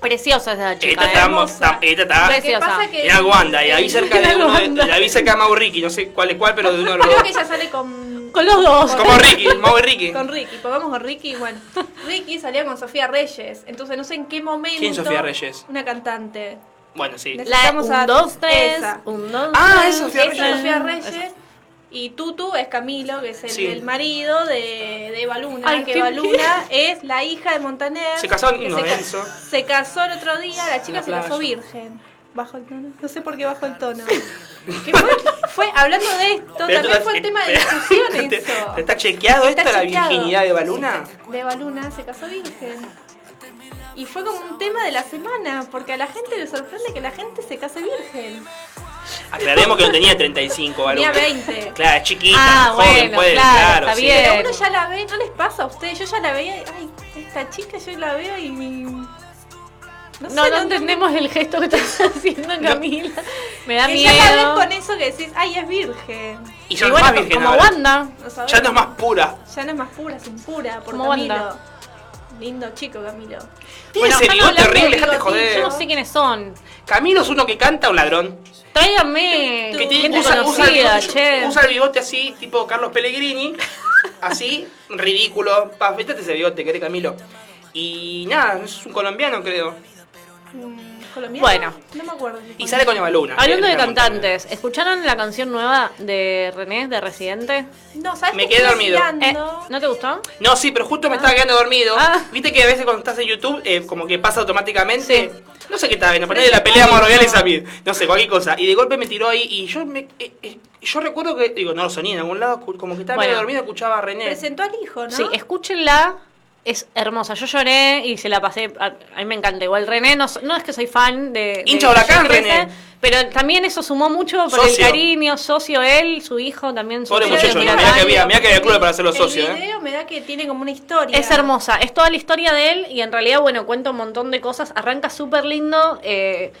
Preciosa esa chica. esta, está, ¿eh? mo- está- esta está. Lo que pasa que- Era Wanda, y ahí cerca de Era uno, de- Wanda. la vi cerca de Mau Ricky, no sé cuál es cuál, pero de uno de los Creo dos. que ella sale con. Con los dos. Con- Como Ricky, Mau y Ricky. Con Ricky, pongamos con Ricky, (laughs) bueno. Ricky salía con Sofía Reyes, entonces no sé en qué momento. ¿Quién es Sofía Reyes? Una cantante. Bueno, sí. La, Necesitamos un, a- dos, tres. esa. Un, dos, Ah, tres. es Sofía Es Reyes. Sofía Reyes. Y Tutu es Camilo, que es el, Sí. el marido de, de Eva Luna, Ay, que qué Eva Luna es la hija de Montaner. Se casaron- que no, se, ca- eso. se casó el otro día, la chica la se casó playa. virgen. Bajo el tono. No sé por qué bajo el tono. (laughs) Que fue, fue- hablando de esto, Pero también tú- fue el tema de pero- discusión (laughs) ¿Te- eso. te ¿Está chequeado esto Está la chequeado. virginidad de Baluna? De Eva Luna se casó virgen. Y fue como un tema de la semana, porque a la gente le sorprende que la gente se case virgen. Aclaremos que no tenía 35, varón. Tenía (laughs) 20. Claro, es chiquita, Ah, joven, bueno, puede, claro, claro. está sí. bien. Pero uno ya la ve, no les pasa a ustedes. Yo ya la veía, y, ay, esta chica yo la veo y mi. No, sé, no, entendemos el gesto que estás haciendo, Camila. Me da Que miedo. ya la ven con eso que decís, ay, es virgen. Y Y ya no es bueno, más virgen como ahora. Wanda. ¿no sabés? Ya no es más pura. Ya no es más pura, es impura. Por Como Camilo. Wanda. Lindo chico, Camilo. Tiene Bueno, ese están bigote hablando de horrible, dejate de bigotín, joder. Yo no sé quiénes son. Camilo es uno que canta o ladrón. Tráigame Que tiene- gente usa, usa el conocida, bigote- che. usa el bigote así, tipo (laughs) Carlos Pellegrini. así, ridículo. Pa, vete ese bigote, querés Camilo. Y nada, es un colombiano, creo. Mm. ¿Colombiano? Bueno. No me acuerdo. Y sale con Evaluna. Hablando que de es una cantantes, ¿escucharon la canción nueva de René, de Residente? No, ¿sabes Me qué quedé estoy dormido. Eh, mirando? ¿No te gustó? montaña. No, sí, pero justo me estaba quedando dormido. Ah. Viste que a veces cuando estás en YouTube, eh, como que pasa automáticamente. No sé qué estaba viendo, ponele Pero la pelea no. Morovial y Samir. No sé, cualquier cosa. Y de golpe me tiró ahí y yo me. eh, eh, yo recuerdo que, digo, no lo soní en algún lado, como que estaba medio Bueno. dormido, escuchaba a René. Presentó al hijo, ¿no? Sí, escúchenla. Es hermosa. Yo lloré y se la pasé. A, a mí me encanta. Igual René, no, so- no es que soy fan de. de Hincha huracán, José Trece, René. Pero también eso sumó mucho por el Socio. cariño, socio él, su hijo también. su Pobre hijo, muchacho, tiene mirá nueve que había, años. mirá que había culo para hacerlo el socio, ¿eh? video me da que tiene como una historia. Es hermosa, es toda la historia de él y en realidad, bueno, cuenta un montón de cosas. Arranca súper lindo. eh,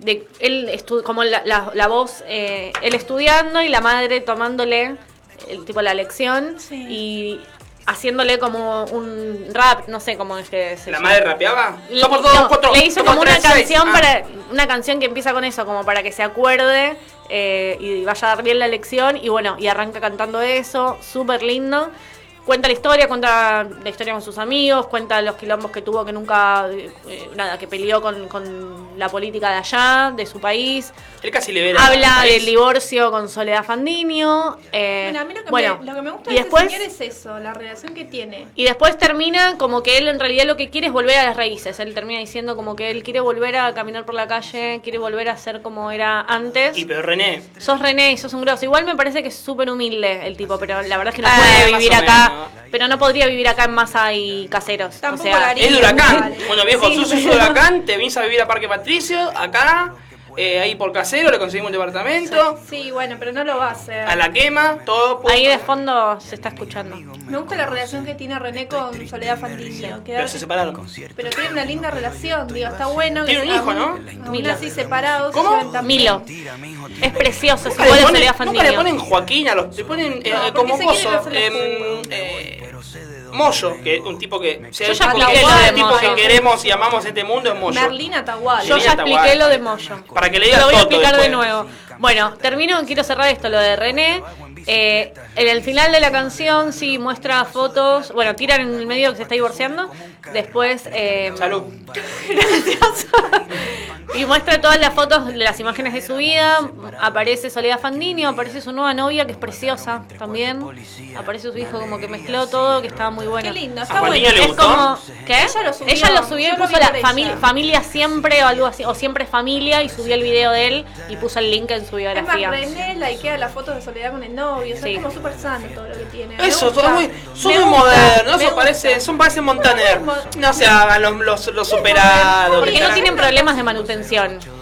de él estu- como la, la- la voz, eh, él estudiando y la madre tomándole el tipo la lección Sí. y haciéndole como un rap, no sé cómo es que se ¿La llama. madre rapeaba? Le- Dos por dos, no, dos por tres, le hizo dos por como una tres, seis. canción Ah. para una canción que empieza con eso, como para que se acuerde eh, y vaya a dar bien la lección. Y bueno, y arranca cantando eso, súper lindo. Cuenta la historia, cuenta la historia con sus amigos, cuenta los quilombos que tuvo, que nunca, eh, nada, que peleó con, con la política de allá, de su país. Él casi le verá. Habla del divorcio con Soledad Fandinio. eh, Bueno, a mí lo que, bueno, me, lo que me gusta y de este después- señor es eso, la relación que tiene. y después termina como que él en realidad lo que quiere es volver a las raíces. Él termina diciendo como que él quiere volver a caminar por la calle, quiere volver a ser como era antes. Y pero René. Sos René y sos un grosso. Igual me parece que es súper humilde el tipo, pero la verdad es que no Ah, puede más vivir o acá. menos. Pero no podría vivir acá en masa y caseros. Tampoco o sea, lo haría. Es de huracán. Vale. Bueno, viejo, Sí, sos un pero- huracán, te viniste a vivir a Parque Patricio, acá, eh, ahí por casero, le conseguimos un departamento, Sí, bueno, pero no lo va a hacer. a la quema, todo por. Ahí de fondo se está escuchando. Me gusta la relación que tiene René con Soledad Fantillo. Pero se separaron. Pero tiene una linda relación, digo, está bueno. Tiene que un hijo, aún- ¿no? Aún Milo. así separados. ¿Cómo? se llevan tan bien. Milo. Es precioso, es Nunca igual le, a ponen, Soledad nunca le ponen Fandinio. Joaquín a los. Le ponen eh, No, como porque se quieren mozo. hacer las em, eh, Moyo, que es un tipo que. Si hay Yo ya un tipo apliqué que- lo de tipo Moyo. que queremos y amamos este mundo es Moyo. Merlina Tahual. Yo Yo ya ya expliqué guay. lo de Moyo. Para que le digas Lo voy a Toto pues. explicar de después. nuevo. Bueno, termino, quiero cerrar esto, lo de René. Eh, en el final de la canción, sí, muestra fotos. Bueno, tiran en el medio que se está divorciando. Después. eh, Salud. y muestra todas las fotos, las imágenes de su vida. Aparece Soledad Fandinio, aparece su nueva novia, que es preciosa también. Aparece su hijo, como que mezcló todo, que estaba muy bueno. Qué lindo, ¿A está Juanina bueno. le Es gustó? como. ¿Qué? Ella lo subió. Ella lo subió y Yo lo puso vi la por familia, ella. familia siempre o algo así, o siempre familia, y subió el video de él y puso el link en su Es más, biografía. René likea las fotos de Soledad con el novio. o sea, Sí. Es como súper sano todo lo que tiene. Me Eso, gusta. son muy, son muy modernos, eso parece, son parece Montaner. No se hagan los, los, los superados. Porque no ¿sabes? tienen problemas de manutención.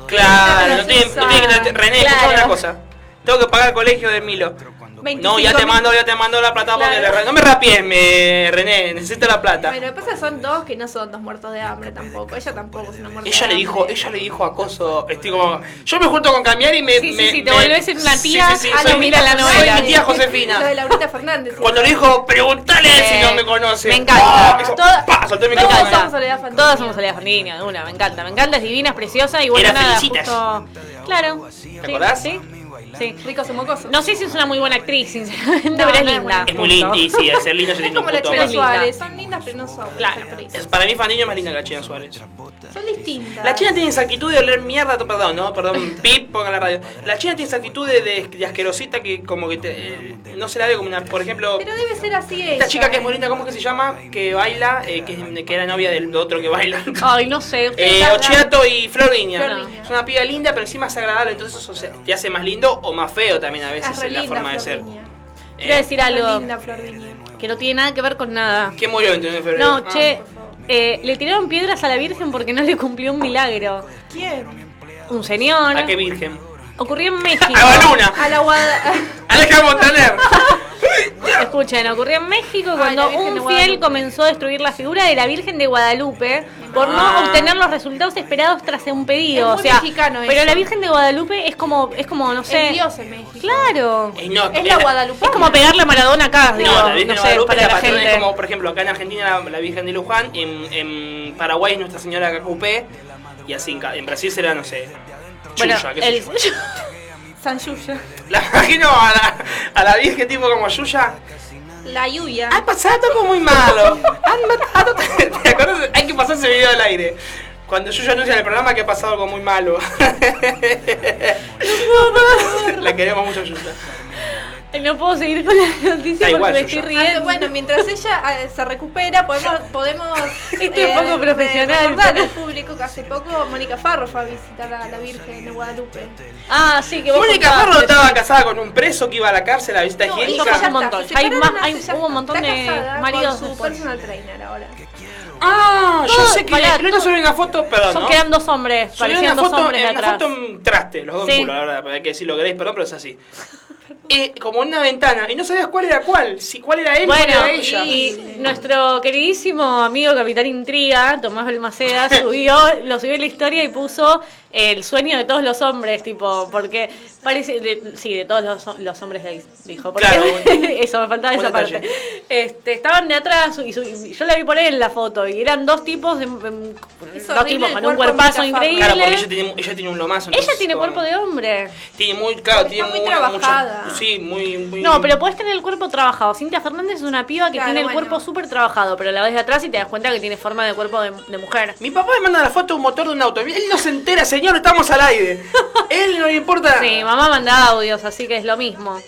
Claro, no tienen, no tienen que tener- René, Claro. escuchame una cosa. Tengo que pagar el colegio de Milo. 25 No, ya te mil. mando, ya te mando la plata porque Claro. la- no me rapies, me- René, necesito la plata. Bueno, lo que pasa es que son dos que no son dos muertos de hambre tampoco. Ella tampoco es una muerta Ella de le dijo, hambre. ella le dijo acoso, estoy como, yo me junto con Camiar y me, Sí, sí, me- sí, te me- volvés en una Sí, tía sí, sí, a soy lo mira la mi- novela. Soy mi tía Lo de Josefina. Laurita Fernández. Cuando le dijo, pregúntale si no me conoce. Ah, Me encanta. ¡Pah! Hizo, Toda- ¡pah! Soltó el me micrófono. encanta. Todos somos Soledad Fandini. Todas somos Soledad Fandini, de una, me encanta. Me encanta, es divina, es preciosa y bueno, Era nada, Felicitas. justo. Claro. ¿Te acordás? Sí. sí. Rico su mocoso. No sé si es una muy buena actriz, sinceramente, No, pero es no es linda. Es muy linda y sí, al ser linda yo Es tengo un como la puto China más. amor. Suárez. Son lindas pero no son. Claro. actrices. Para mí Fandiño es más linda que la China Suárez. Son distintas. La China tiene esa actitud de oler mierda, to- perdón, no, perdón, pip, pongan la radio. La China tiene esa actitud de, de- de asquerosita que como que te- eh, no se la ve como una, por ejemplo, Pero debe ser así ella. esta chica que es bonita, ¿cómo es que se llama? Que baila, eh, que, que era novia del otro (laughs) que baila. (laughs) Ay, no sé. Eh, Ochiato y Florinia. Flor Es una piba linda, pero encima es agradable, entonces eso se- te hace más lindo o más feo también a veces Es re en la linda, forma de ser. Eh, Florviña. Quiero decir Es algo Eh, linda Florviña. (laughs) que no tiene nada que ver con nada. ¿Quién murió el 21 de febrero? No, Ah. che, eh, le tiraron piedras a la Virgen porque no le cumplió un milagro. ¿Quién? Un señor. Ah, ¿A qué virgen? Ocurrió (laughs) en México. ¡A Baluna! (laughs) A (laughs) la Guada. (laughs) ¡Aleja Montaner! Escuchen, ocurrió en México cuando la Virgen de un Guadalupe. fiel comenzó a destruir la figura de la Virgen de Guadalupe por Ah. no obtener los resultados esperados tras un pedido. Es o muy sea, mexicano pero eso. la Virgen de Guadalupe es como, es como no sé. Es Dios en México. Claro. Y Eh, no, Es la Guadalupe. Es como pegarle a Maradona acá, digo, No, la no, Virgen de sé, Guadalupe para es la, la patrona, gente. es como por ejemplo acá en Argentina la, la Virgen de Luján, en, en Paraguay es Nuestra Señora Cacupé, y así en, ca- en Brasil será, no sé, bueno, Chuya, qué sé el, yo. (laughs) San Yuya. La (laughs) imagino a la, a la Virgen tipo como Yuya. La Yuya. Ah, Ha pasado algo (laughs) muy malo. Han (laughs) matado. ¿Te acuerdas? Hay que pasar ese video al aire. Cuando Yuya anuncia en el programa que ha pasado algo (laughs) muy malo. la queremos mucho, Yuya. no puedo seguir con la noticia porque Da igual, me yo estoy ya. Ah, riendo. bueno, mientras ella eh, se recupera, podemos. podemos (laughs) eh, Esto es poco profesional. recordar al público que hace poco Mónica Farro fue a visitar a la Virgen de Guadalupe. ah, sí, que vos Mónica contaste. Farro estaba casada con un preso que iba a la cárcel a visita No, eso higiénica. Hay ya un está, montón. se Hay separaron más- hay- hace ya- hubo un montón está de casada con maridos su después. personal trainer ahora. Ah, yo Todo- sé que pará, creo que todo- subieron una foto, perdón, Son ¿no? que eran dos hombres, Subieron parecían una dos foto, hombres en una atrás. foto en traste, los dos Sí. en culo, la verdad, pero hay que decir lo que queréis, perdón, pero es así. Eh, como en una ventana, y no sabías cuál era cuál, si cuál era él, cuál Bueno, era ella. y nuestro queridísimo amigo Capitán Intriga, Tomás (laughs) Belmaceda, subió, lo subió en la historia y puso el sueño de todos los hombres, tipo, porque parece, de- sí, de todos los, los hombres gays, dijo. Porque Claro, bueno. (laughs) eso, me faltaba Buen esa parte. detalle. Este, estaban de atrás, y, su- y yo la vi por él en la foto, y eran dos tipos, en- en- Es dos horrible tipos el con un cuerpo cuerpazo de Mika Farrow. increíble. Claro, porque ella ella tiene, ella tiene un lomazo. entonces, tiene como- cuerpo de hombre. Tiene muy, claro, tiene muy muy, trabajada. mucha- sí, muy, muy. No, pero puedes tener el cuerpo trabajado. Cintia Fernández es una piba que Claro, tiene el bueno. cuerpo súper trabajado, pero la ves de atrás y te das cuenta que tiene forma de cuerpo de, de mujer. Mi papá me manda la foto de un motor de un auto. Él no se entera, señor, estamos (laughs) al aire. Él no le importa. Sí, mamá manda audios, así que es lo mismo.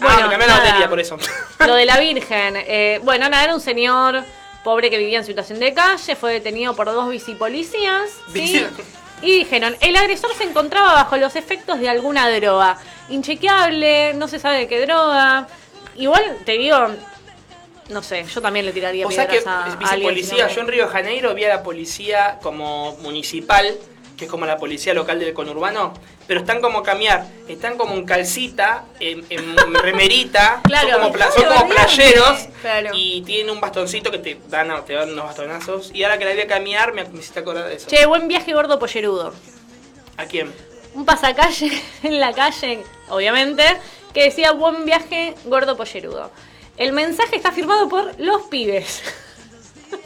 Bueno, ah, me cambié la nada. batería por eso. Lo de la Virgen. eh, bueno, nada, era un señor pobre que vivía en situación de calle, fue detenido por dos bicipolicías. (laughs) ¿sí? Bien. Y dijeron, el agresor se encontraba bajo los efectos de alguna droga. Inchequeable, no se sabe de qué droga. Igual, te digo, no sé, yo también le tiraría O sea que piedras a, a vice alguien, policía, si yo no en Río de Janeiro vi a la policía como municipal, que es como la policía local del conurbano, pero están como cambiar, están como en calcita, en, en (laughs) remerita, Claro. son como, pla- son Claro, como olvidate. playeros Claro. y tienen un bastoncito que te dan, a- te dan unos bastonazos. Y ahora que la vi a caminar, me, me hiciste acordar de eso. Che, buen viaje gordo pollerudo. ¿A quién? Un pasacalle (laughs) en la calle, obviamente, que decía buen viaje gordo pollerudo. El mensaje está firmado por los pibes,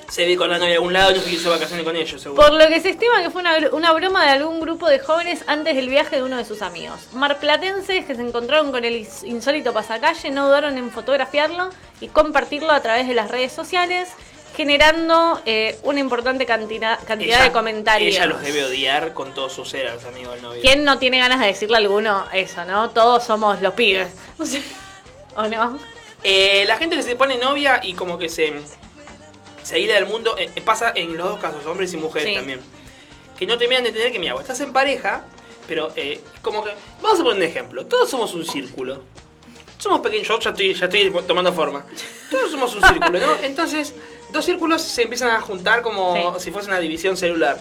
Se vi con la novia de algún lado y no se quiso vacaciones con ellos, seguro. por lo que se estima que fue una, br- una broma de algún grupo de jóvenes antes del viaje de uno de sus amigos. Marplatenses que se encontraron con el is- insólito pasacalle no dudaron en fotografiarlo y compartirlo a través de las redes sociales, generando eh, una importante cantina- cantidad de comentarios. Ella los debe odiar con todo su ser, a los amigos del novio. ¿Quién no tiene ganas de decirle a alguno eso, no? Todos somos los pibes. (laughs) O sea, ¿O no? Eh, la gente que se pone novia y como que se, se aísla del mundo, eh, eh, pasa en los dos casos, hombres y mujeres Sí. también. Que no terminan de entender que, mira, vos estás en pareja, pero eh, como que... Vamos a poner un ejemplo. Todos somos un círculo. Somos pequeños, yo ya estoy, ya estoy tomando forma. Todos somos un círculo, (laughs) ¿no? Entonces, dos círculos se empiezan a juntar como si fuese una división celular.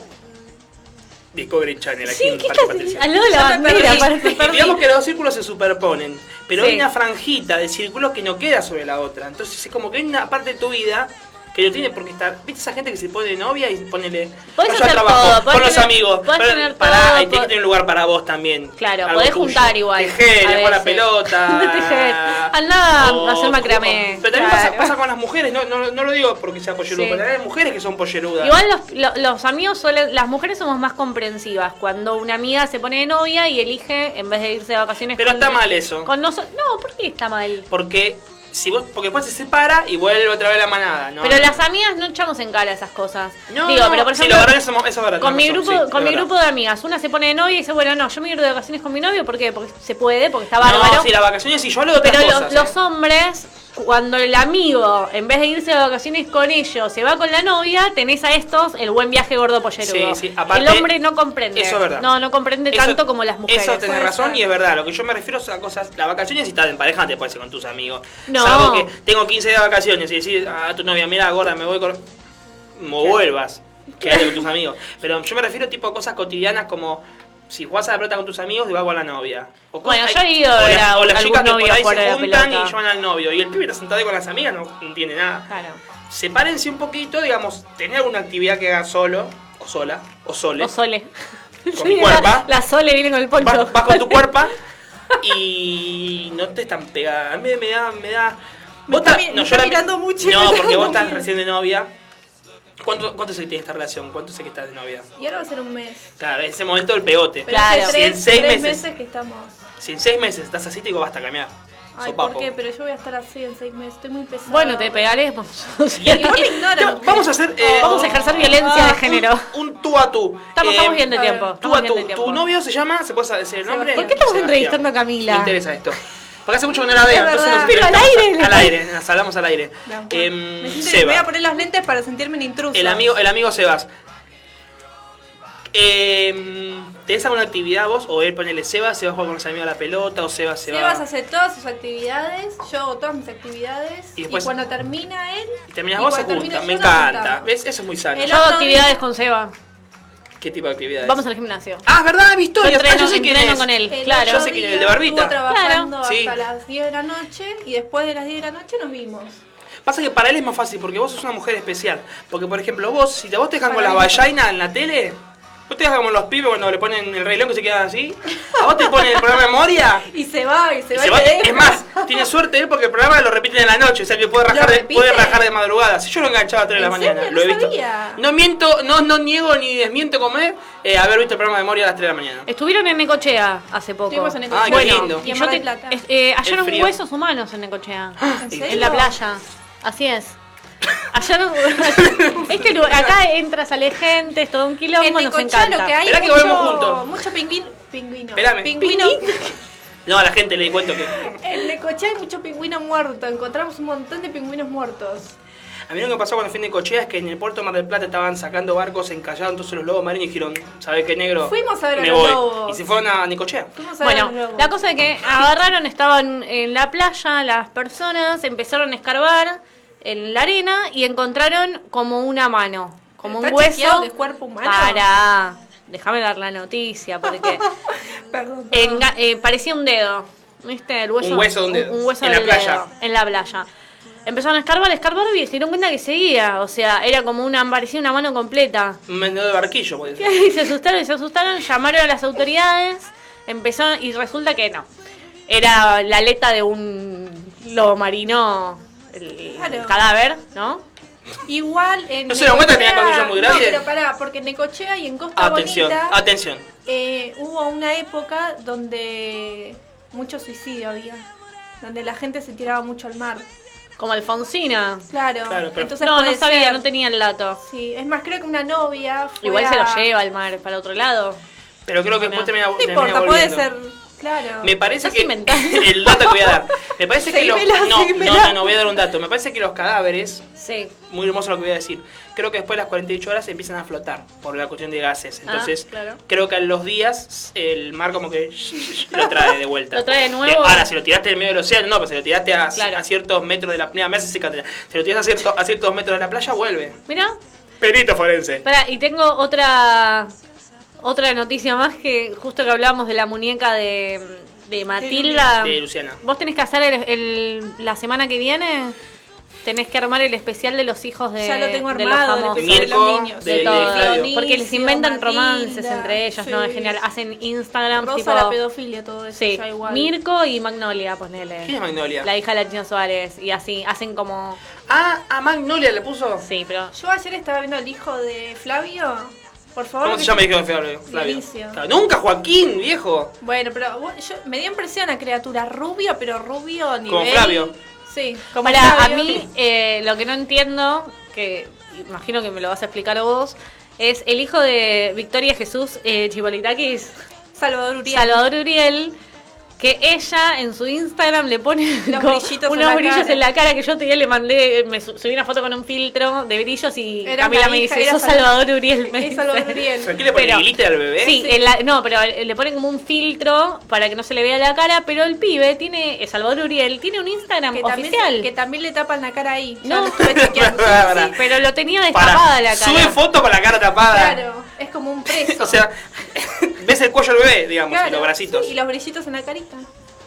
Discovery Channel, aquí en Sí, ¿qué Parque estás Patricia. Al lado de la (laughs) Ya me bandera, perdí. aparte. Y digamos que los dos círculos se superponen, pero Sí. hay una franjita de círculo que no queda sobre la otra. Entonces es como que hay una parte de tu vida que no tiene por qué estar. ¿Viste esa gente que se pone de novia y ponele. Podés "No, yo hacer todo, podés con los tener- amigos. podés pero tener pará, todo, ahí tenés pod- que tener un lugar para vos también. Claro, algo podés tuyo. juntar igual, Tejé, a le juego a la veces. (laughs) pelota. Tejé. Andá a hacer macramé. Pero también Claro. pasa, pasa con las mujeres, no, no, no lo digo porque sea pollerudo, Sí. pero hay mujeres que son pollerudas. Igual los, lo- los amigos suelen, las mujeres somos más comprensivas cuando una amiga se pone de novia y elige en vez de irse de vacaciones. Pero con- está mal eso. Con noso- no, ¿por qué está mal? Porque si vos, porque después se separa y vuelve otra vez la manada, ¿no? Pero las amigas no echamos en cara esas cosas. No, Digo, pero por sí, ejemplo, la verdad que somos- eso es verdad, con mi tenés grupo, razón, sí, con es mi verdad. grupo de amigas, una se pone de novia y dice, bueno, no, yo me quiero de vacaciones con mi novio, ¿por qué? Porque se puede, porque está bárbaro. No, sí, las vacaciones y yo hablo de otras Pero los, cosas. ¿eh? los hombres, cuando el amigo, en vez de irse de vacaciones con ellos, se va con la novia, tenés a estos el buen viaje gordo pollerudo. Sí, sí, aparte- el hombre no comprende. Eso es verdad. No, no comprende Eso- tanto como las mujeres. Eso tenés Puede razón ser. y es verdad. Lo que yo me refiero es a cosas. Las vacaciones, si estás en pareja, te puedes ir con tus amigos. No. Salvo que tengo 15 días de vacaciones y decís a tu novia, mira, gorda, me voy con. (laughs) No vuelvas. Quédate con tus amigos. Pero yo me refiero tipo a cosas cotidianas como. si jugás a la pelota con tus amigos, vas con la novia. O con- Bueno, hay- yo he ido o a las- ver a o las algún chicas que por novio ahí jugar a se la juntan pelota. y llevan al novio. Y el pibe está sentado ahí con las amigas, no, no entiende nada. Claro. Sepárense un poquito, digamos, tener alguna actividad que haga solo, o sola, o sole. O Sole. (laughs) Con mi cuerpa. La, la Sole viene con el poncho. vas, vas con tu cuerpo (laughs) y no te están pegada. A mí me da, me da. Vos está ta- mi- me no, está yo la- mirando mucho, me No, está (laughs) porque dando vos estás miedo. recién de novia. ¿Cuánto, cuánto sé que tiene esta relación? ¿Cuánto sé que estás de novia? Y ahora va a ser un mes. Claro, en ese momento el pegote. Pero hace Claro. Si en tres, seis tres meses. que estamos. Si en seis meses estás así, te digo, basta, cambiar. Ay, Sos ¿por papo. qué? (laughs) Pero yo voy a estar así en seis meses. Estoy muy pesada. Bueno, te pegaremos. O sea, Y el- Vos me ignoras. Vamos a hacer. eh, Vamos a ejercer violencia de género. Un, un tú a tú. Estamos, Eh, estamos bien de tiempo. Tú estamos a bien tú. de tiempo. Tu novio se llama, ¿se puede decir el nombre? (laughs) ¿Por qué estamos Sebastián. entrevistando a Camila? Me interesa esto. Porque hace mucho que no la veo, Es entonces verdad. nos Pero al entrevistamos. aire, Al la- aire, nos hablamos al aire. No, Em, me siento que me voy a Seba. poner las lentes para sentirme en intruso. El amigo, el amigo Sebas. Em, ¿Tenés alguna actividad vos? O él ponele Sebas, se va a jugar con los amigos a la pelota, o Sebas se Sebas va. hace todas sus actividades, yo hago todas mis actividades Y y, después- cuando termina él, Y terminás y vos se cuando termino juntan. yo, Me nos encanta. juntamos. ¿Ves? Eso es muy sano. El Yo hago otro actividades día- con Seba. ¿Qué tipo de actividades? Vamos al gimnasio. Ah, es verdad, visto. Yo historia. entreno, yo sé quién entreno es. con él. el claro. yo otro sé quién es, el día de barbita. Estuvo trabajando Claro. Sí. hasta las 10 de la noche y después de las 10 de la noche nos vimos. Pasa que para él es más fácil porque vos sos una mujer especial. Porque, por ejemplo, vos, si te, vos te dejan con Para la mí. vallaina en la tele, vos te dejan como los pibes cuando le ponen el rey león que se quedan así. A vos te ponen el programa de memoria. Y se va, y se y va. se y va- (laughs) te deja. es más, tiene suerte él porque el programa lo repiten en la noche, o sea que puede rajar, ¿Lo de, repiten? puede rajar de madrugada. Si yo lo enganchaba a 3 de la ¿En mañana, serio? lo he No visto. sabía. No miento, no, no niego ni desmiento comer haber visto el programa de memoria a las 3 de la mañana. Estuvieron en Necochea hace poco. Estuvimos en Necochea. Ay, qué Bueno, lindo. Y Y en yo Mar te, del Plata. es- eh, hallaron El frío. huesos humanos en (gasps) Necochea. ¿En, En serio? la playa. Así es. (laughs) Hallaron huesos. es que lo- acá entras, sale gente, es todo un En quilombo, nos Necochea encanta. lo que hay Esperá es que mucho, volvemos juntos. mucho pingüino. Pingüino. Esperame. Pingüino. No, a la gente le di cuenta que. En Necochea hay mucho pingüino muerto. Encontramos un montón de pingüinos muertos. A mí lo que pasó cuando fui en Necochea es que en el puerto de Mar del Plata estaban sacando barcos encallados, entonces los lobos marinos dijeron, ¿sabes qué negro? Fuimos a ver a Me los voy". lobos. Y se fueron a Necochea. Fuimos a ver Bueno, los lobos. la cosa es que agarraron, estaban en la playa las personas, empezaron a escarbar en la arena y encontraron como una mano, como un ¿Está hueso. chequeado que es cuerpo humano? Para, déjame dar la noticia porque (laughs) Perdón. enga- eh, parecía un dedo, ¿viste? El hueso, Un hueso de un dedo, hueso en la del playa. dedo, en la playa. Empezaron a escarbar, a escarbar y se dieron cuenta que seguía, o sea, era como una parecía una mano completa. (laughs) Un vendedor de barquillo, puede ser. Y se asustaron, y se asustaron, llamaron a las autoridades, empezaron y resulta que no. Era la aleta de un lobo marino, el, Claro. el cadáver, ¿no? Igual en. No se dieron cuenta que tenía Necochea- colmillos muy grandes. No, pero pará, porque en Necochea y en Costa Atención, Bonita atención. eh, hubo una época donde mucho suicidio había. Donde la gente se tiraba mucho al mar. Como Alfonsina. Claro. Claro, pero- Entonces No, no puede sabía, ser. no tenía el dato. Sí, es más, creo que una novia. fue Igual se a- lo lleva al mar para otro lado. Pero creo que después termina No importa, termina puede volviendo. ser. Claro. Me parece Estás que inventando. (laughs) el dato que voy a dar. Me parece que los Seguímela, no, no, seguímela. no, no voy a dar un dato. Me parece que los cadáveres, Sí. muy hermoso lo que voy a decir. Creo que después de las 48 horas empiezan a flotar por la cuestión de gases. Entonces, Ah, claro. creo que a los días el mar como que lo trae de (laughs) vuelta. Lo trae de nuevo. Ahora, si lo tiraste en medio del océano, no, pero si lo tiraste a, Claro. a ciertos metros de la playa, me hace cicatriz. Si lo tiras a, cierto- a ciertos metros de la playa, vuelve. Mira, Perito forense. Pará, y tengo otra otra noticia más que justo que hablábamos de la muñeca de, de Matilda. De Luciana. Vos tenés que hacer el, el- la semana que viene, tenés que armar el especial de los hijos de ya lo tengo de los armado. famosos. el de episodio Mirko, los niños. de- De de todo, Claudio. porque les inventan Matilda, romances entre ellos, ¿no? Es sí. genial. Hacen Instagram, Rosa tipo... la pedofilia, todo eso. Sí, ya igual. Mirko y Magnolia, ponele. ¿Quién es Magnolia? La hija de la China Suárez. Y así, hacen como... Ah, a Magnolia le puso. Sí, pero... Yo ayer estaba viendo al hijo de Flavio. Por favor. ¿Cómo se que- llama el hijo de Flavio? Flavio. Dionisio. Claro, Nunca Joaquín, viejo. Bueno, pero vos- yo, me dio impresión a criatura rubio, pero rubio nivel. Flavio. Sí, como Para Flavio. a mí eh, lo que no entiendo, que imagino que me lo vas a explicar vos, es el hijo de Victoria Jesús eh, Chibolitakis, Salvador Uriel. Salvador Uriel, que ella en su Instagram le pone (laughs) Los como brillitos en unos la brillos cara. en la cara que yo te le mandé, me su- subí una foto con un filtro de brillos y Era Camila una me hija, dice, era sos Salvador- Salvador Uriel. me Es Salvador dice. Uriel. ¿Pero qué le pone Pero- glitter al bebé? Sí, en la- no, pero le ponen como un filtro para que no se le vea la cara, pero el pibe tiene, Salvador Uriel, tiene un Instagram que oficial. también, que también le tapan la cara ahí. Ya No. lo estuve chequeando. (laughs) Sí, Para. sí, Pero lo tenía Pará, destapada la cara. Sube foto con la cara tapada. Claro, es como un preso. (laughs) O sea, ves el cuello del bebé, digamos, y Claro, los bracitos. sí, (laughs) y los brillitos en la carita.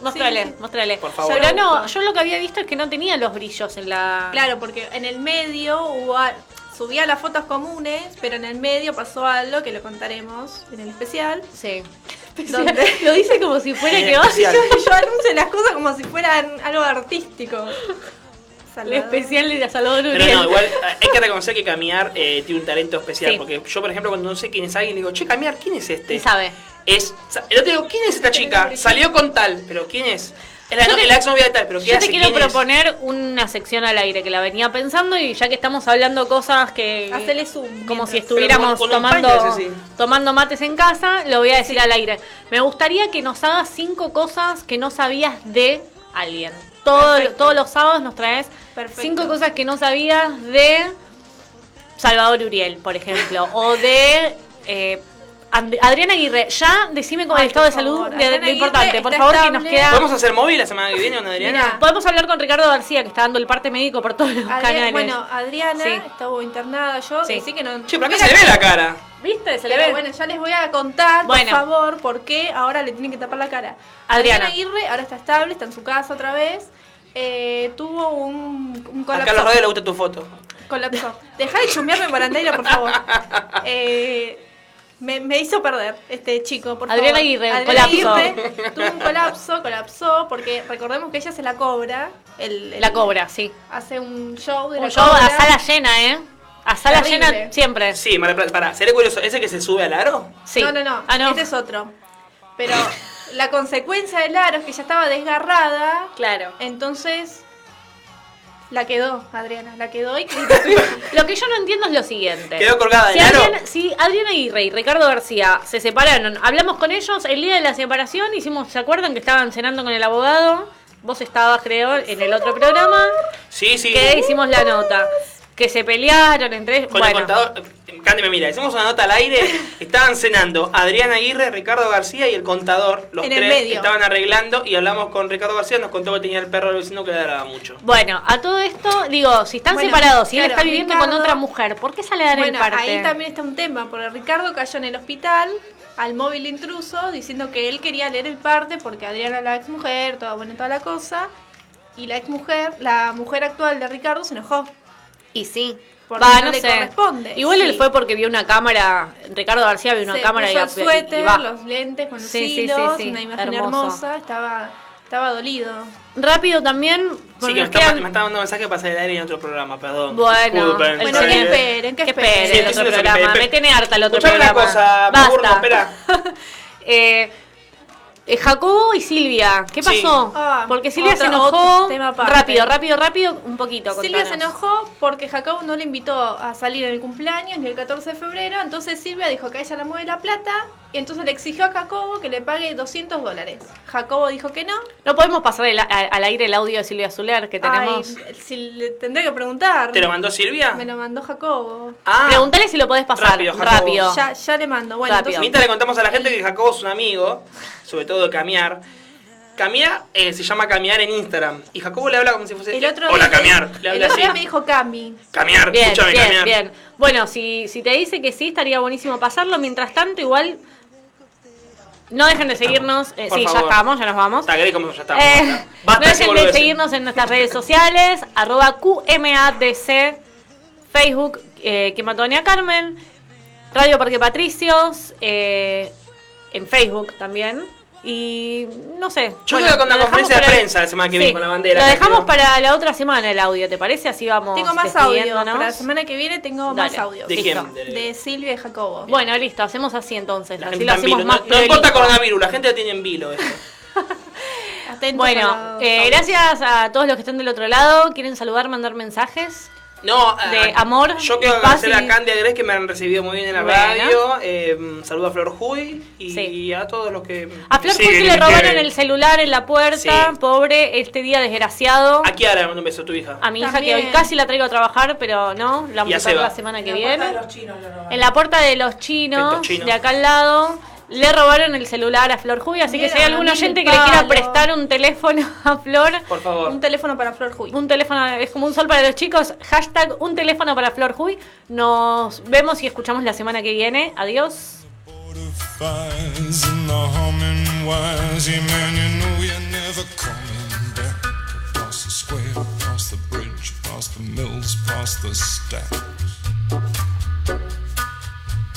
Mostrale, Sí, sí. mostrale. Por favor. Pero no, yo lo que había visto es que no tenía los brillos en la. Claro, porque en el medio hubo a- subía las fotos comunes, pero en el medio pasó algo que lo contaremos en (laughs) el especial. Sí. Donde- (laughs) Lo dice como si fuera En que va. (laughs) especial. Yo anuncio las cosas como si fueran algo artístico. El Salvador. especial de la Salvador Pero Uriel. no, igual eh, hay que reconocer que Camiar eh, tiene un talento especial. Sí. Porque yo, por ejemplo, cuando no sé quién es alguien, le digo, che, Camiar, ¿quién es Sí este? sabe. Es, sa- el otro digo, ¿quién es esta chica? Salió con tal, pero ¿quién es? Es la, no- la exnovia de tal, pero ¿qué Yo hace? te quiero ¿Quién es? proponer una sección al aire que la venía pensando y ya que estamos hablando cosas que. Hacele zoom. como si mientras. estuviéramos con- con un tomando, paño, sí, sí. tomando mates en casa, lo voy a decir al aire. Me gustaría que nos hagas cinco cosas que no sabías de alguien. Todo- Perfecto. todos los sábados nos traes Perfecto. cinco cosas que no sabías de Salvador Uriel, por (laughs) ejemplo, o de eh, And- Adriana Aguirre. Ya decime cómo es el Ay, estado de por favor, salud de- de, Adriana importante, Aguirre por está favor, que nos estable. queda... ¿Podemos hacer móvil la semana que viene, una Adriana? Mirá. Ah. Podemos hablar con Ricardo García, que está dando el parte médico por todos los Adri- canales. bueno, Adriana Sí. estuvo internada yo, Sí. así que no. Che, pero acá Mira, se le ve la cara. ¿Viste? Se le pero ve. Bueno, ya les voy a contar, Bueno. por favor, por qué ahora le tienen que tapar la cara. Adriana. Aguirre ahora está estable, está en su casa otra vez. Eh, tuvo un, un A colapso. Carlos Rodríguez le gusta tu foto. Colapsó. Deja de chumearme, Marandeira, por favor. Eh, me, me hizo perder este chico, por Adriana favor. Aguirre, colapso. Aguirre tuvo un colapso, colapsó, porque recordemos que ella se la cobra. El, el- La cobra, sí. Hace un show de Un la show cobra. a sala llena, ¿eh? A sala Terrible. llena siempre. Sí, Mara Plata, pará, seré curioso, ¿ese que se sube al aro? Sí. No, no, no, Ah, no. Este es otro. Pero la consecuencia del aro es que ya estaba desgarrada. Claro. Entonces. La quedó, Adriana, la quedó y (laughs) Lo que yo no entiendo es lo siguiente. Quedó si colgada del aro. Adriana, si Adriana Aguirre y Ricardo García se separaron, hablamos con ellos el día de la separación, hicimos, ¿se acuerdan que estaban cenando con el abogado? Vos estabas, creo, en el otro programa, Sí, sí. que hicimos la nota. Que se pelearon entre... Con el bueno, contador, eh, Cande me mira, hicimos una nota al (laughs) aire, estaban cenando Adrián Aguirre, Ricardo García y el contador, los En el tres medio. estaban arreglando y hablamos con Ricardo García, nos contó que tenía el perro del vecino que le agrada mucho. bueno, a todo esto, digo, si están Bueno, separados, si él claro, está viviendo con Ricardo- otra mujer, ¿por qué sale a dar Bueno, el parte? ahí también está un tema, porque Ricardo cayó en el hospital al móvil intruso diciendo que él quería leer el parte porque Adriana era la exmujer, toda bueno, toda la cosa. Y la exmujer, la mujer actual de Ricardo se enojó. Y sí. Porque no le corresponde. Igual él Sí. fue porque vio una cámara, Ricardo García vio una se cámara puso y, el y- y suéter, va. los lentes con los Sí, sí, sí, hilos, sí, una imagen hermoso. hermosa, estaba, estaba dolido. Rápido también. porque Sí, que me nos está, quedan- me está mandando mensaje para salir al aire en otro programa, perdón. Bueno, Disculpen, Bueno, está sí. que bien. esperen, que que esperen. Sí, esperen el otro estoy diciendo que programa. pe- Me tiene harta el otro Escuchame una programa. cosa, me Basta. burlo, espera. Eh, eh, Jacobo y Silvia, ¿qué Sí. pasó? Ah, Porque Silvia otro- se enojó. otro tema aparte. Rápido, rápido, rápido, un poquito. Silvia se contanos. enojó porque Jacobo no le invitó a salir en el cumpleaños ni el 14 de febrero, entonces Silvia dijo que a ella la mueve la plata y entonces le exigió a Jacobo que le pague 200 dólares. Jacobo dijo que no. No podemos pasar el- a- al aire el audio de Silvia Zuler que tenemos. Ay, si le tendré que preguntar. ¿Te lo mandó (laughs) Silvia? Me lo mandó Jacobo. Ah, Pregúntale si lo podés pasar. Rápido, Jacobo. rápido. Ya, ya le mando. Bueno, Rápido. entonces- Mientras le contamos a la gente que Jacobo es un amigo, sobre todo de Camiar. Camiar eh, se llama Camiar en Instagram. Y Jacobo le habla como si fuese. el otro Hola, día- Camiar. Le El habla otro así. día me dijo Cami. Camiar, Bien, escúchame, bien, Camiar. bien. Bueno, si, si te dice que sí, estaría buenísimo pasarlo. Mientras tanto, igual no dejen de seguirnos. Eh, Por sí, ya favor. estamos, ya nos vamos. Está Grey como ya estamos. Eh, no Basta de dejen de boludeces. seguirnos en nuestras redes sociales, arroba QMADC, Facebook, eh, que mató a Doña Carmen, Radio Parque Patricios, eh, en Facebook también. Y no sé. Yo creo que con la lo dejamos conferencia de para- prensa la semana que viene Ah, con la bandera, Lo que dejamos creo. para la otra semana el audio, ¿te parece? Así vamos. Tengo más audio. despidiéndonos. Para la semana que viene tengo Dale. más audio. ¿De Listo. quién? De- De Silvia y Jacobo. Bueno, listo, hacemos así entonces. La así gente lo está en hacemos vilo. más No, no importa priorito. coronavirus, la gente lo tiene en vilo. esto. Atentos a Bueno, los eh, audios. gracias a todos los que están del otro lado. ¿Quieren saludar, mandar mensajes? No, De eh, amor Yo quiero y paz agradecer a y- Candy y a Grey que me han recibido muy bien en la Bueno. radio. Eh, saludo a Flor Huy y Sí. a todos los que. A Flor Sí, Pucci que le me robaron quieren. el celular en la puerta, Sí. pobre, este día desgraciado. A Kiara le mando un beso, tu hija. A mi hija También. que hoy casi la traigo a trabajar, pero no, la Y vamos a a traer Seba. la semana que La viene. puerta de los chinos lo robaron. En la puerta de los chinos, Estos chinos. de acá al lado, le robaron el celular a Flor Jubi, así que Mira, si hay algún mil oyente que le quiera palos. prestar un teléfono (laughs) a Flor, Por favor. Un teléfono para Flor Juy. un teléfono, es como un sol para los chicos, hashtag un teléfono para Flor Jubi. Nos vemos y escuchamos la semana que viene. Adiós. Por fires and the humming wires. Yeah, man, you know you're never coming back. Across the square, across the bridge, past the mills, past the stacks.